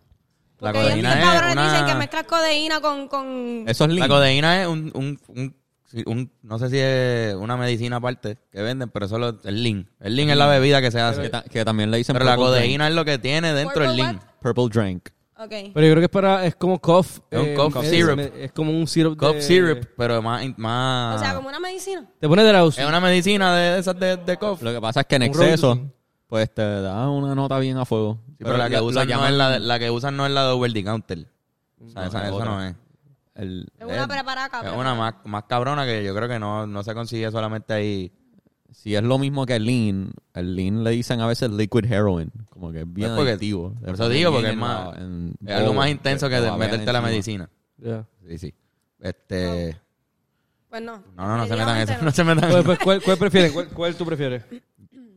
Speaker 1: La
Speaker 4: Porque ellos
Speaker 1: codeína
Speaker 4: estos
Speaker 1: es
Speaker 4: cabrones
Speaker 1: una-
Speaker 4: dicen que mezclas codeína con... con...
Speaker 2: Eso es
Speaker 1: La
Speaker 2: lindo.
Speaker 1: codeína es un, un, un- sí, un- no sé si es una medicina aparte que venden, pero solo es el lean. El lean es la bebida que se
Speaker 2: Que,
Speaker 1: hace.
Speaker 2: ta- que también le dicen
Speaker 1: Pero la
Speaker 2: purple drink.
Speaker 1: codeína es lo que tiene dentro el
Speaker 4: Purple
Speaker 1: lean.
Speaker 2: Purple drink.
Speaker 4: Ok.
Speaker 1: Eh,
Speaker 3: Pero yo creo que es para, es como cough. eh,
Speaker 1: Es un cough syrup.
Speaker 3: Es, como un syrup.
Speaker 1: Cup
Speaker 3: de-
Speaker 1: syrup, pero más... más
Speaker 4: O sea, como una medicina.
Speaker 3: Te pone de la
Speaker 1: Es una medicina de, de esas de, de cough.
Speaker 2: Lo que pasa es que en
Speaker 3: Un roll,
Speaker 2: exceso,
Speaker 3: sí.
Speaker 2: pues te da una nota bien a fuego.
Speaker 1: Sí, pero, la que, usan no es
Speaker 2: llaman
Speaker 1: la, de- la que usan no es la de over the counter. O sea,
Speaker 2: No,
Speaker 1: esa,
Speaker 2: es
Speaker 1: esa
Speaker 2: otra.
Speaker 1: no es.
Speaker 2: el- eh,
Speaker 4: Es una preparada,
Speaker 1: Eh, Es
Speaker 4: cabrón.
Speaker 1: una más, más cabrona que yo creo que no, no se consigue solamente ahí.
Speaker 2: si es lo mismo que lean, el lean le dicen a veces liquid heroin, como que es bien
Speaker 1: Pues porque-
Speaker 2: adictivo.
Speaker 1: por eso digo, porque es
Speaker 2: Bien
Speaker 1: más-
Speaker 2: en- en-
Speaker 1: Es algo más
Speaker 2: te-
Speaker 1: intenso que
Speaker 2: te
Speaker 1: de
Speaker 2: babean
Speaker 1: meterte la
Speaker 2: encima.
Speaker 1: medicina.
Speaker 3: Ya.
Speaker 1: Sí, sí. Este.
Speaker 4: Pues no.
Speaker 1: No, no, no se metan en
Speaker 4: Definitivamente
Speaker 1: eso. No se metan en
Speaker 3: Pues,
Speaker 1: eso.
Speaker 3: pues, ¿cuál, cuál prefieres? ¿Cuál, cuál tú prefieres?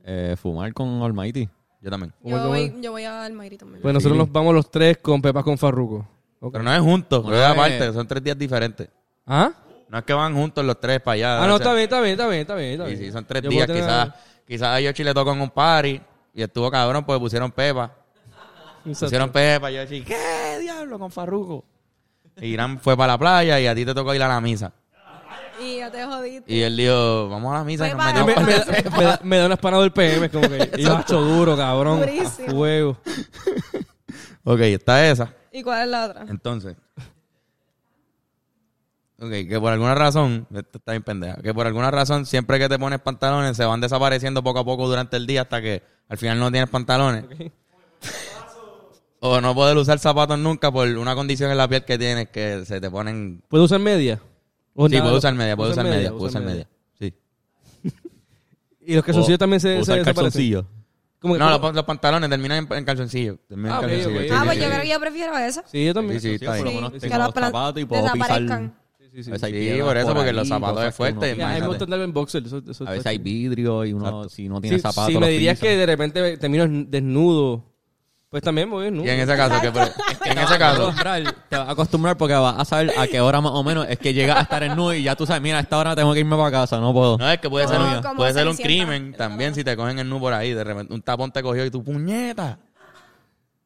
Speaker 2: Eh, fumar con Almighty.
Speaker 1: Yo también.
Speaker 3: ¿Cómo es
Speaker 4: Yo
Speaker 3: que
Speaker 4: voy,
Speaker 3: va?
Speaker 4: yo voy a Almairi también.
Speaker 3: Pues nosotros nos vamos los tres con pepas con farruco. Ok.
Speaker 1: Pero no es juntos,
Speaker 2: Bueno,
Speaker 1: pero es
Speaker 2: eh.
Speaker 1: aparte, son tres días diferentes.
Speaker 3: ¿Ah?
Speaker 1: No es que van juntos los tres para allá.
Speaker 3: Ah, no,
Speaker 1: o sea,
Speaker 3: está bien, está bien, está bien, está bien. está
Speaker 1: Sí,
Speaker 3: bien.
Speaker 1: sí, son tres
Speaker 3: Yo
Speaker 1: días.
Speaker 3: puedo tener-
Speaker 1: Quizás quizás a Yoshi le tocó en un party y estuvo cabrón porque pusieron pepa.
Speaker 3: Exacto.
Speaker 1: Pusieron pepa, Yoshi. ¿Qué diablo con Farruco? Y Irán fue para la playa y a ti te tocó ir a la misa. Pues-
Speaker 4: Y ya te jodiste.
Speaker 1: Y él dijo, vamos a la misa y
Speaker 4: Fue
Speaker 1: nos
Speaker 4: para-
Speaker 3: Me,
Speaker 1: metemos para la
Speaker 3: me- me- me da, me da una espanada del PM, como que y macho duro, cabrón. a
Speaker 4: Durísimo.
Speaker 3: Fuego.
Speaker 1: Ok, está esa.
Speaker 4: ¿Y cuál es la otra?
Speaker 1: Entonces. Ok, que por alguna razón, esto está bien pendeja, que por alguna razón siempre que te pones pantalones se van desapareciendo poco a poco durante el día hasta que al final no tienes pantalones. O no poder usar zapatos nunca por una condición en la piel que tienes que se te ponen...
Speaker 3: ¿Puedo usar media? ¿O
Speaker 1: Sí,
Speaker 3: nada?
Speaker 1: puedo usar media, puedo usar media,
Speaker 3: puedo
Speaker 1: puedo usar media. Sí.
Speaker 3: Y los calzoncillos también se,
Speaker 2: o
Speaker 3: se
Speaker 2: usar
Speaker 3: desaparecen.
Speaker 2: calzoncillos.
Speaker 3: Como que-
Speaker 1: No, los, los pantalones terminan en, en calzoncillo. Terminan
Speaker 3: Ah,
Speaker 1: en
Speaker 3: ok,
Speaker 1: calzoncillo.
Speaker 3: ok.
Speaker 1: Sí,
Speaker 4: ah,
Speaker 1: sí,
Speaker 4: pues
Speaker 1: sí,
Speaker 4: yo
Speaker 1: sí.
Speaker 4: creo que yo prefiero esa.
Speaker 3: Sí, yo también.
Speaker 1: Sí, sí, está
Speaker 2: por lo
Speaker 1: bien.
Speaker 2: menos
Speaker 4: Sí,
Speaker 2: tengo
Speaker 4: que los
Speaker 2: los
Speaker 4: pla-
Speaker 2: zapatos y puedo pisar.
Speaker 4: desaparezcan.
Speaker 3: Sí, sí.
Speaker 2: A veces hay
Speaker 1: Sí,
Speaker 2: piedras
Speaker 1: por eso, porque los
Speaker 2: ahí,
Speaker 1: zapatos
Speaker 2: cosas
Speaker 1: es
Speaker 2: que uno
Speaker 1: fuerte,
Speaker 2: no-
Speaker 3: Ya, a mí me
Speaker 1: imagínate.
Speaker 3: gusta andar en boxer. eso- eso-
Speaker 2: A veces
Speaker 3: eso-
Speaker 2: hay vidrio y uno,
Speaker 1: Exacto.
Speaker 2: si no tiene
Speaker 3: Sí,
Speaker 2: zapatos,
Speaker 3: Si me
Speaker 2: los
Speaker 3: dirías
Speaker 2: pisa.
Speaker 3: que de repente termino desnudo, pues también me voy desnudo.
Speaker 1: Y en ese caso, que, pre- en ese caso,
Speaker 2: acostumbrar, te vas a acostumbrar porque vas a saber a qué hora más o menos es que llegas a estar en nudo y ya tú sabes, mira, a esta hora tengo que irme para casa, no puedo.
Speaker 1: No, es que puede ser,
Speaker 4: No,
Speaker 1: un,
Speaker 4: como
Speaker 1: puede ser un
Speaker 4: Cenicienta.
Speaker 1: crimen también si te cogen el nu por ahí. De repente un tapón te cogió y tu puñeta.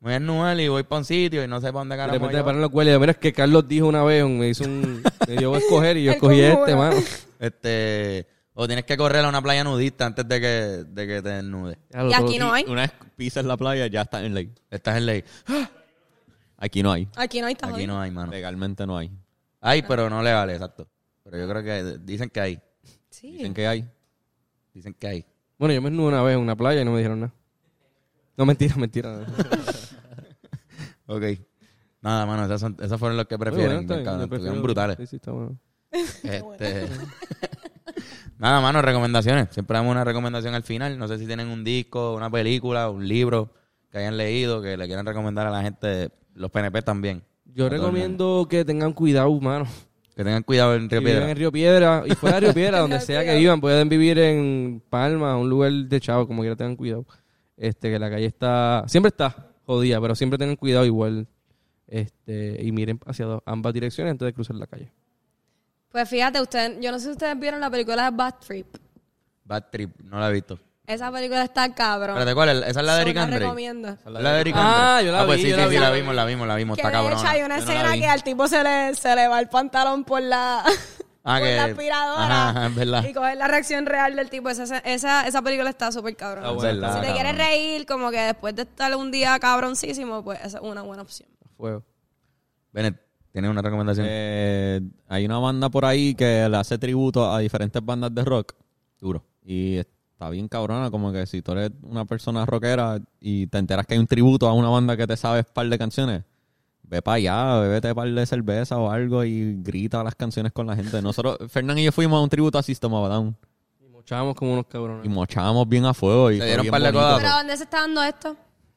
Speaker 1: Voy a anual y voy para un sitio y no sé para dónde
Speaker 3: De
Speaker 1: carajo.
Speaker 3: repente
Speaker 1: yo.
Speaker 3: me paran los cuellos. Mira, es que Carlos dijo una vez, me hizo un... Me dio a escoger y yo
Speaker 4: El
Speaker 3: escogí
Speaker 4: conjuro.
Speaker 3: este, mano.
Speaker 1: Este, O tienes que correr a una playa nudista antes de que, de que te desnudes.
Speaker 3: Ya lo-
Speaker 4: Y aquí
Speaker 3: todo-
Speaker 4: no hay.
Speaker 2: Una vez pisas la playa, ya estás en ley.
Speaker 1: Estás en ley.
Speaker 2: Aquí no hay.
Speaker 4: Aquí no hay está
Speaker 1: Aquí
Speaker 4: jodido.
Speaker 1: no hay, mano.
Speaker 2: Legalmente no hay.
Speaker 1: Hay, pero no le vale, exacto. Pero yo creo que dicen que hay.
Speaker 4: Sí.
Speaker 2: Dicen que hay.
Speaker 1: Dicen que hay.
Speaker 3: Bueno, yo me desnudé una vez en una playa y no me dijeron nada. No, mentira, mentira.
Speaker 1: Ok. Nada, mano, esas, son- esas fueron los que
Speaker 3: Pero bueno,
Speaker 1: prefieren.
Speaker 3: está
Speaker 1: bien
Speaker 3: bien,
Speaker 1: cabrón,
Speaker 3: yo prefiero-
Speaker 1: Estuvieron brutales.
Speaker 3: Sí, sí, está bueno.
Speaker 1: Este... Nada, mano, recomendaciones. Siempre damos una recomendación al final. No sé si tienen un disco, una película, un libro que hayan leído, que le quieran recomendar a la gente, los PNP también.
Speaker 3: Yo
Speaker 1: A todo el
Speaker 3: recomiendo que tengan cuidado, humano.
Speaker 1: mundo. Que tengan cuidado en Río
Speaker 3: Que
Speaker 1: Piedra.
Speaker 3: vivan en Río Piedra y fuera de Río Piedra, donde sea que vivan, pueden vivir en Palma, un lugar de chavo, como quiera tengan cuidado. Este, que la calle está, siempre está jodida, pero siempre tengan cuidado igual. Este, y miren hacia do- ambas direcciones antes de cruzar la calle.
Speaker 4: Pues fíjate, ustedes, yo no sé si ustedes vieron la película de Bad Trip.
Speaker 1: Bad Trip, no la he visto.
Speaker 4: Esa película está cabrón.
Speaker 1: Espérate, ¿cuál es? Esa es la de Eric
Speaker 4: la
Speaker 1: Andre.
Speaker 4: recomiendo.
Speaker 1: Esa es La de Eric
Speaker 3: Ah,
Speaker 1: Andre.
Speaker 3: yo la
Speaker 1: pues
Speaker 3: vi,
Speaker 1: sí,
Speaker 3: yo
Speaker 1: sí,
Speaker 3: la
Speaker 1: sí,
Speaker 3: vi.
Speaker 1: la vimos, la vimos, la vimos.
Speaker 4: Que
Speaker 1: Está
Speaker 4: de hecho hay
Speaker 1: cabrona.
Speaker 4: una
Speaker 2: Yo no la
Speaker 4: escena
Speaker 2: vi.
Speaker 4: que al tipo se le, se le va el pantalón por la,
Speaker 1: Ah,
Speaker 4: por
Speaker 1: que-
Speaker 4: la aspiradora.
Speaker 1: Ajá, es verdad.
Speaker 4: Y coger la reacción real del tipo. Esa, esa, esa película está súper cabrón.
Speaker 1: Ah, bueno,
Speaker 4: si te
Speaker 1: está cabrón.
Speaker 4: quieres reír, como que después de estar un día cabroncísimo, pues esa es una buena opción.
Speaker 3: A Fuego.
Speaker 1: Bennett, ¿tienes una recomendación?
Speaker 2: Eh, hay una banda por ahí que le hace tributo a diferentes bandas de rock.
Speaker 1: Duro.
Speaker 2: Y está bien cabrona, como que si tú eres una persona rockera y te enteras que hay un tributo a una banda que te sabes par de canciones, ve para allá, bebete par de cerveza o algo y grita las canciones con la gente. Nosotros, Fernán y yo fuimos a un tributo a System of a Down
Speaker 3: Y mochábamos como unos
Speaker 2: y
Speaker 3: cabrones.
Speaker 2: mochábamos bien a fuego. Y
Speaker 1: Se
Speaker 2: fue
Speaker 1: dieron
Speaker 2: bien
Speaker 1: par de
Speaker 2: bonito.
Speaker 1: codazos.
Speaker 4: ¿Pero dónde se está dando esto?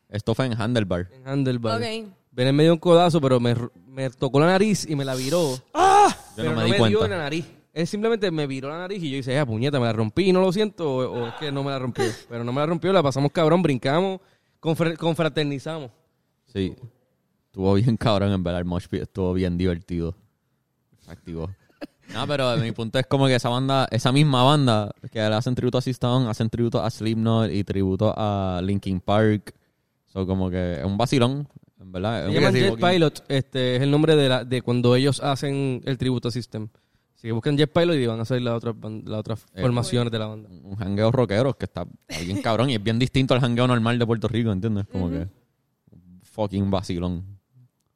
Speaker 2: Esto fue en Handelbar.
Speaker 3: En Handelbar.
Speaker 4: Ok.
Speaker 3: Ven en medio un codazo, pero me, r- me tocó la nariz y me la viró.
Speaker 2: Yo
Speaker 3: pero
Speaker 2: no me di cuenta.
Speaker 3: dio en la nariz. Él simplemente me viró la nariz y yo dije, ah, puñeta, me la rompí, no lo siento, o, o es que no me la rompió. Pero no me la rompió, la pasamos cabrón, brincamos, confra- confraternizamos.
Speaker 2: Sí. Estuvo bien cabrón en verdad el mosh pit, Estuvo bien divertido. Activo. No, pero mi punto es como que esa banda, esa misma banda que le hacen tributo a Sistón, hacen tributo a Slipknot y tributo a Linkin Park. So, como que es un vacilón, en verdad.
Speaker 3: Se
Speaker 2: Es
Speaker 3: llaman
Speaker 2: un
Speaker 1: sí,
Speaker 3: Jet
Speaker 2: poquito-
Speaker 3: Pilot, este es el nombre de, la, de cuando ellos hacen el tributo a System. Así que buscan Jet Pilot y van a hacer las otras ban- las otras
Speaker 2: Eh.
Speaker 3: formaciones de la banda.
Speaker 2: un jangueo rockero que está está bien cabrón y es bien distinto al jangueo normal de Puerto Rico, ¿entiendes? Como que fucking vacilón.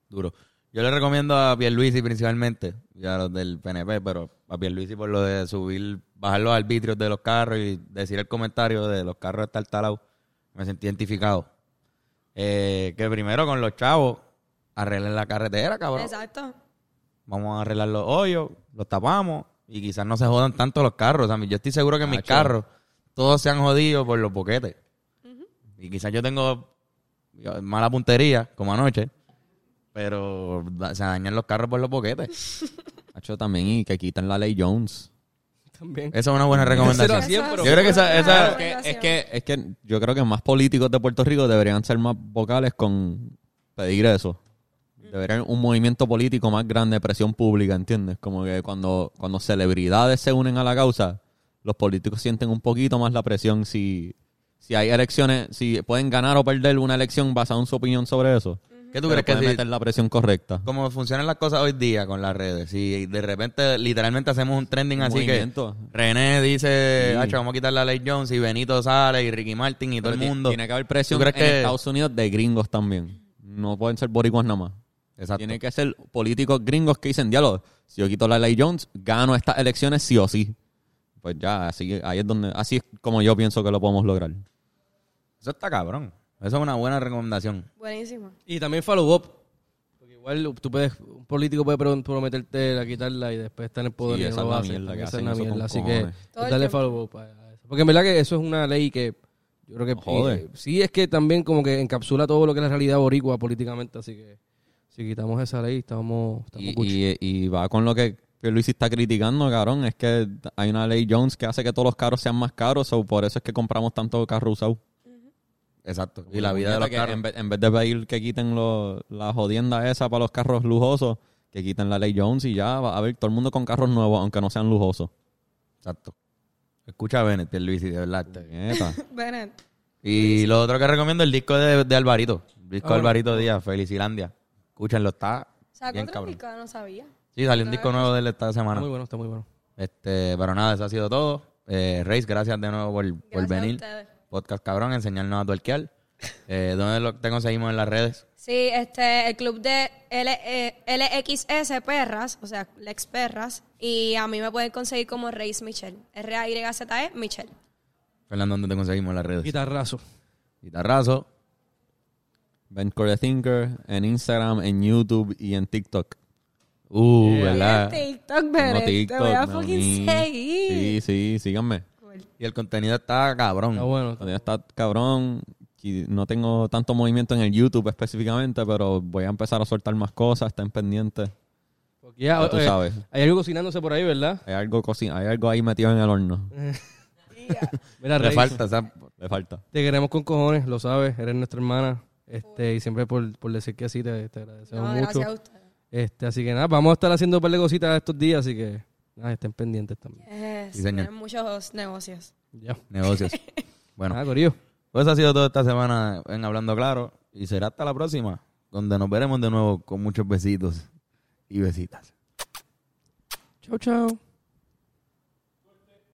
Speaker 1: Duro. Yo le recomiendo a Pierluisi principalmente, y a los del PNP, pero a Pierluisi por lo de subir, bajar los arbitrios de los carros y decir el comentario de los carros estar talados, me sentí identificado. Eh, que primero con los chavos arreglen la carretera, cabrón.
Speaker 4: Exacto.
Speaker 1: Vamos a arreglar los hoyos, los tapamos y quizás no se jodan tanto los carros. O sea, yo estoy seguro que mis carros todos se han jodido por los boquetes. Y quizás yo tengo mala puntería, como anoche, pero da- se dañan los carros por los boquetes.
Speaker 2: Hacho también y que quitan la ley Jones.
Speaker 3: También.
Speaker 1: Esa es una buena recomendación.
Speaker 3: Cero a cien, pero-
Speaker 1: Yo creo que esa- esa-
Speaker 4: Claro,
Speaker 2: que- es
Speaker 4: recomendación.
Speaker 2: que es que yo creo que más políticos de Puerto Rico deberían ser más vocales con pedir eso. Deberían un movimiento político más grande de presión pública, ¿entiendes? Como que cuando, cuando celebridades se unen a la causa, los políticos sienten un poquito más la presión si, si hay elecciones, si pueden ganar o perder una elección basada en su opinión sobre eso.
Speaker 1: ¿Qué tú
Speaker 2: pero
Speaker 1: crees que
Speaker 2: pueden
Speaker 1: si-
Speaker 2: meter la presión correcta?
Speaker 1: Como funcionan las cosas hoy día con las redes. Si de repente literalmente hacemos un trending
Speaker 2: Un
Speaker 1: así
Speaker 2: movimiento.
Speaker 1: que René dice,
Speaker 2: Sí.
Speaker 1: "Hacho, vamos a quitar la ley Jones y Benito sale y Ricky Martin y todo el
Speaker 2: Pero ti-
Speaker 1: mundo.
Speaker 2: Tiene que haber presión
Speaker 1: ¿Tú
Speaker 2: en
Speaker 1: crees que-
Speaker 2: Estados Unidos de gringos también. No pueden ser boricuas nada más.
Speaker 1: Exacto.
Speaker 2: Tiene que ser políticos gringos que dicen, diálogo, si yo quito la ley Jones, gano estas elecciones sí o sí. Pues ya, así, ahí es donde, así es como yo pienso que lo podemos lograr.
Speaker 1: Eso está cabrón. Eso es una buena recomendación.
Speaker 4: Buenísimo.
Speaker 3: Y también follow up. Porque igual tú puedes, un político puede pro- prometerte la quitarla y después está en el poder
Speaker 2: Sí,
Speaker 3: y
Speaker 2: esa
Speaker 3: no
Speaker 2: es
Speaker 3: lo
Speaker 2: la
Speaker 3: hace.
Speaker 2: mierda que
Speaker 3: Esa es
Speaker 2: hacen
Speaker 3: una
Speaker 2: eso con
Speaker 3: mierda. Así que
Speaker 2: cojones.
Speaker 4: Todo el
Speaker 3: dale
Speaker 4: tiempo.
Speaker 3: follow up a eso. Porque en verdad que eso es una ley que yo creo que
Speaker 2: Joder.
Speaker 3: eh, sí es que también como que encapsula todo lo que es la realidad boricua políticamente, así que si quitamos esa ley estamos, estamos
Speaker 2: Y, y-
Speaker 3: Gucci.
Speaker 2: y va con lo que Luis está criticando, cabrón, es que hay una ley Jones que hace que todos los carros sean más caros, o por eso es que compramos tanto carro usado.
Speaker 1: Exacto. Y la vida de los
Speaker 2: Que
Speaker 1: carros.
Speaker 2: En vez, en vez de pedir que quiten los- la jodienda esa para los carros lujosos, que quiten la ley Jones y ya va a haber todo el mundo con carros nuevos, aunque no sean lujosos.
Speaker 1: Exacto. Escucha a Bennett, Luis, de verdad. te-
Speaker 2: Nieta.
Speaker 4: Bennett.
Speaker 1: Y lo otro que recomiendo es el disco de, de Alvarito. El disco de
Speaker 3: Ah, bueno.
Speaker 1: Alvarito Díaz, Felicilandia. Escúchenlo, está
Speaker 4: Sacó
Speaker 1: bien
Speaker 4: otro
Speaker 1: cabrón.
Speaker 4: picado, no sabía.
Speaker 1: Sí, salió un disco nuevo de él esta
Speaker 3: Está
Speaker 1: semana.
Speaker 3: muy bueno, está muy bueno.
Speaker 1: Este, pero nada, eso ha sido todo. Eh, Reis, gracias de nuevo por, por
Speaker 4: Gracias a
Speaker 1: venir.
Speaker 4: ustedes.
Speaker 1: Podcast cabrón, enseñarnos a tuerquear. Eh, ¿Dónde lo, te conseguimos en las redes?
Speaker 4: Sí, este, el club de L- eh, LXS Perras, o sea, Lex Perras, y a mí me pueden conseguir como Reis Michelle, R-A-Y-Z-E Michelle.
Speaker 1: Fernando, ¿dónde te conseguimos en las redes?
Speaker 3: Guitarrazo.
Speaker 1: Guitarrazo.
Speaker 2: Ben Core Thinker en Instagram, en YouTube y en TikTok.
Speaker 1: Uh,
Speaker 2: Yeah.
Speaker 1: ¿verdad?
Speaker 4: Mira, TikTok,
Speaker 2: Tengo
Speaker 4: Beret, te voy a
Speaker 2: mami.
Speaker 4: fucking seguir.
Speaker 2: Sí, sí, síganme.
Speaker 1: Y el contenido está cabrón.
Speaker 3: Está bueno.
Speaker 2: Todavía está cabrón. y No tengo tanto movimiento en el YouTube específicamente, pero voy a empezar a soltar más cosas. Estén pendientes.
Speaker 3: Porque ya,
Speaker 2: Ya tú
Speaker 3: eh,
Speaker 2: sabes.
Speaker 3: Hay algo cocinándose por ahí, ¿verdad?
Speaker 2: Hay algo, cocin- hay algo ahí metido en el horno.
Speaker 3: Mira,
Speaker 1: Le
Speaker 3: Rey,
Speaker 1: falta, o sea,
Speaker 2: Le falta.
Speaker 3: te queremos con cojones, lo sabes, eres nuestra hermana. Este, y siempre por, por decir que sí, te, te agradecemos
Speaker 4: No,
Speaker 3: mucho.
Speaker 4: gracias a ustedes.
Speaker 3: Este, así que nada, vamos a estar haciendo un par de cositas estos días, así que nada, estén pendientes también.
Speaker 4: Yes,
Speaker 1: Sí, señor.
Speaker 4: tienen muchos negocios.
Speaker 3: Ya.
Speaker 1: negocios. Bueno,
Speaker 3: Nada, Corillo.
Speaker 1: Pues eso ha sido todo esta semana en Hablando Claro. Y será hasta la próxima, donde nos veremos de nuevo con muchos besitos y besitas.
Speaker 3: Chao, chao.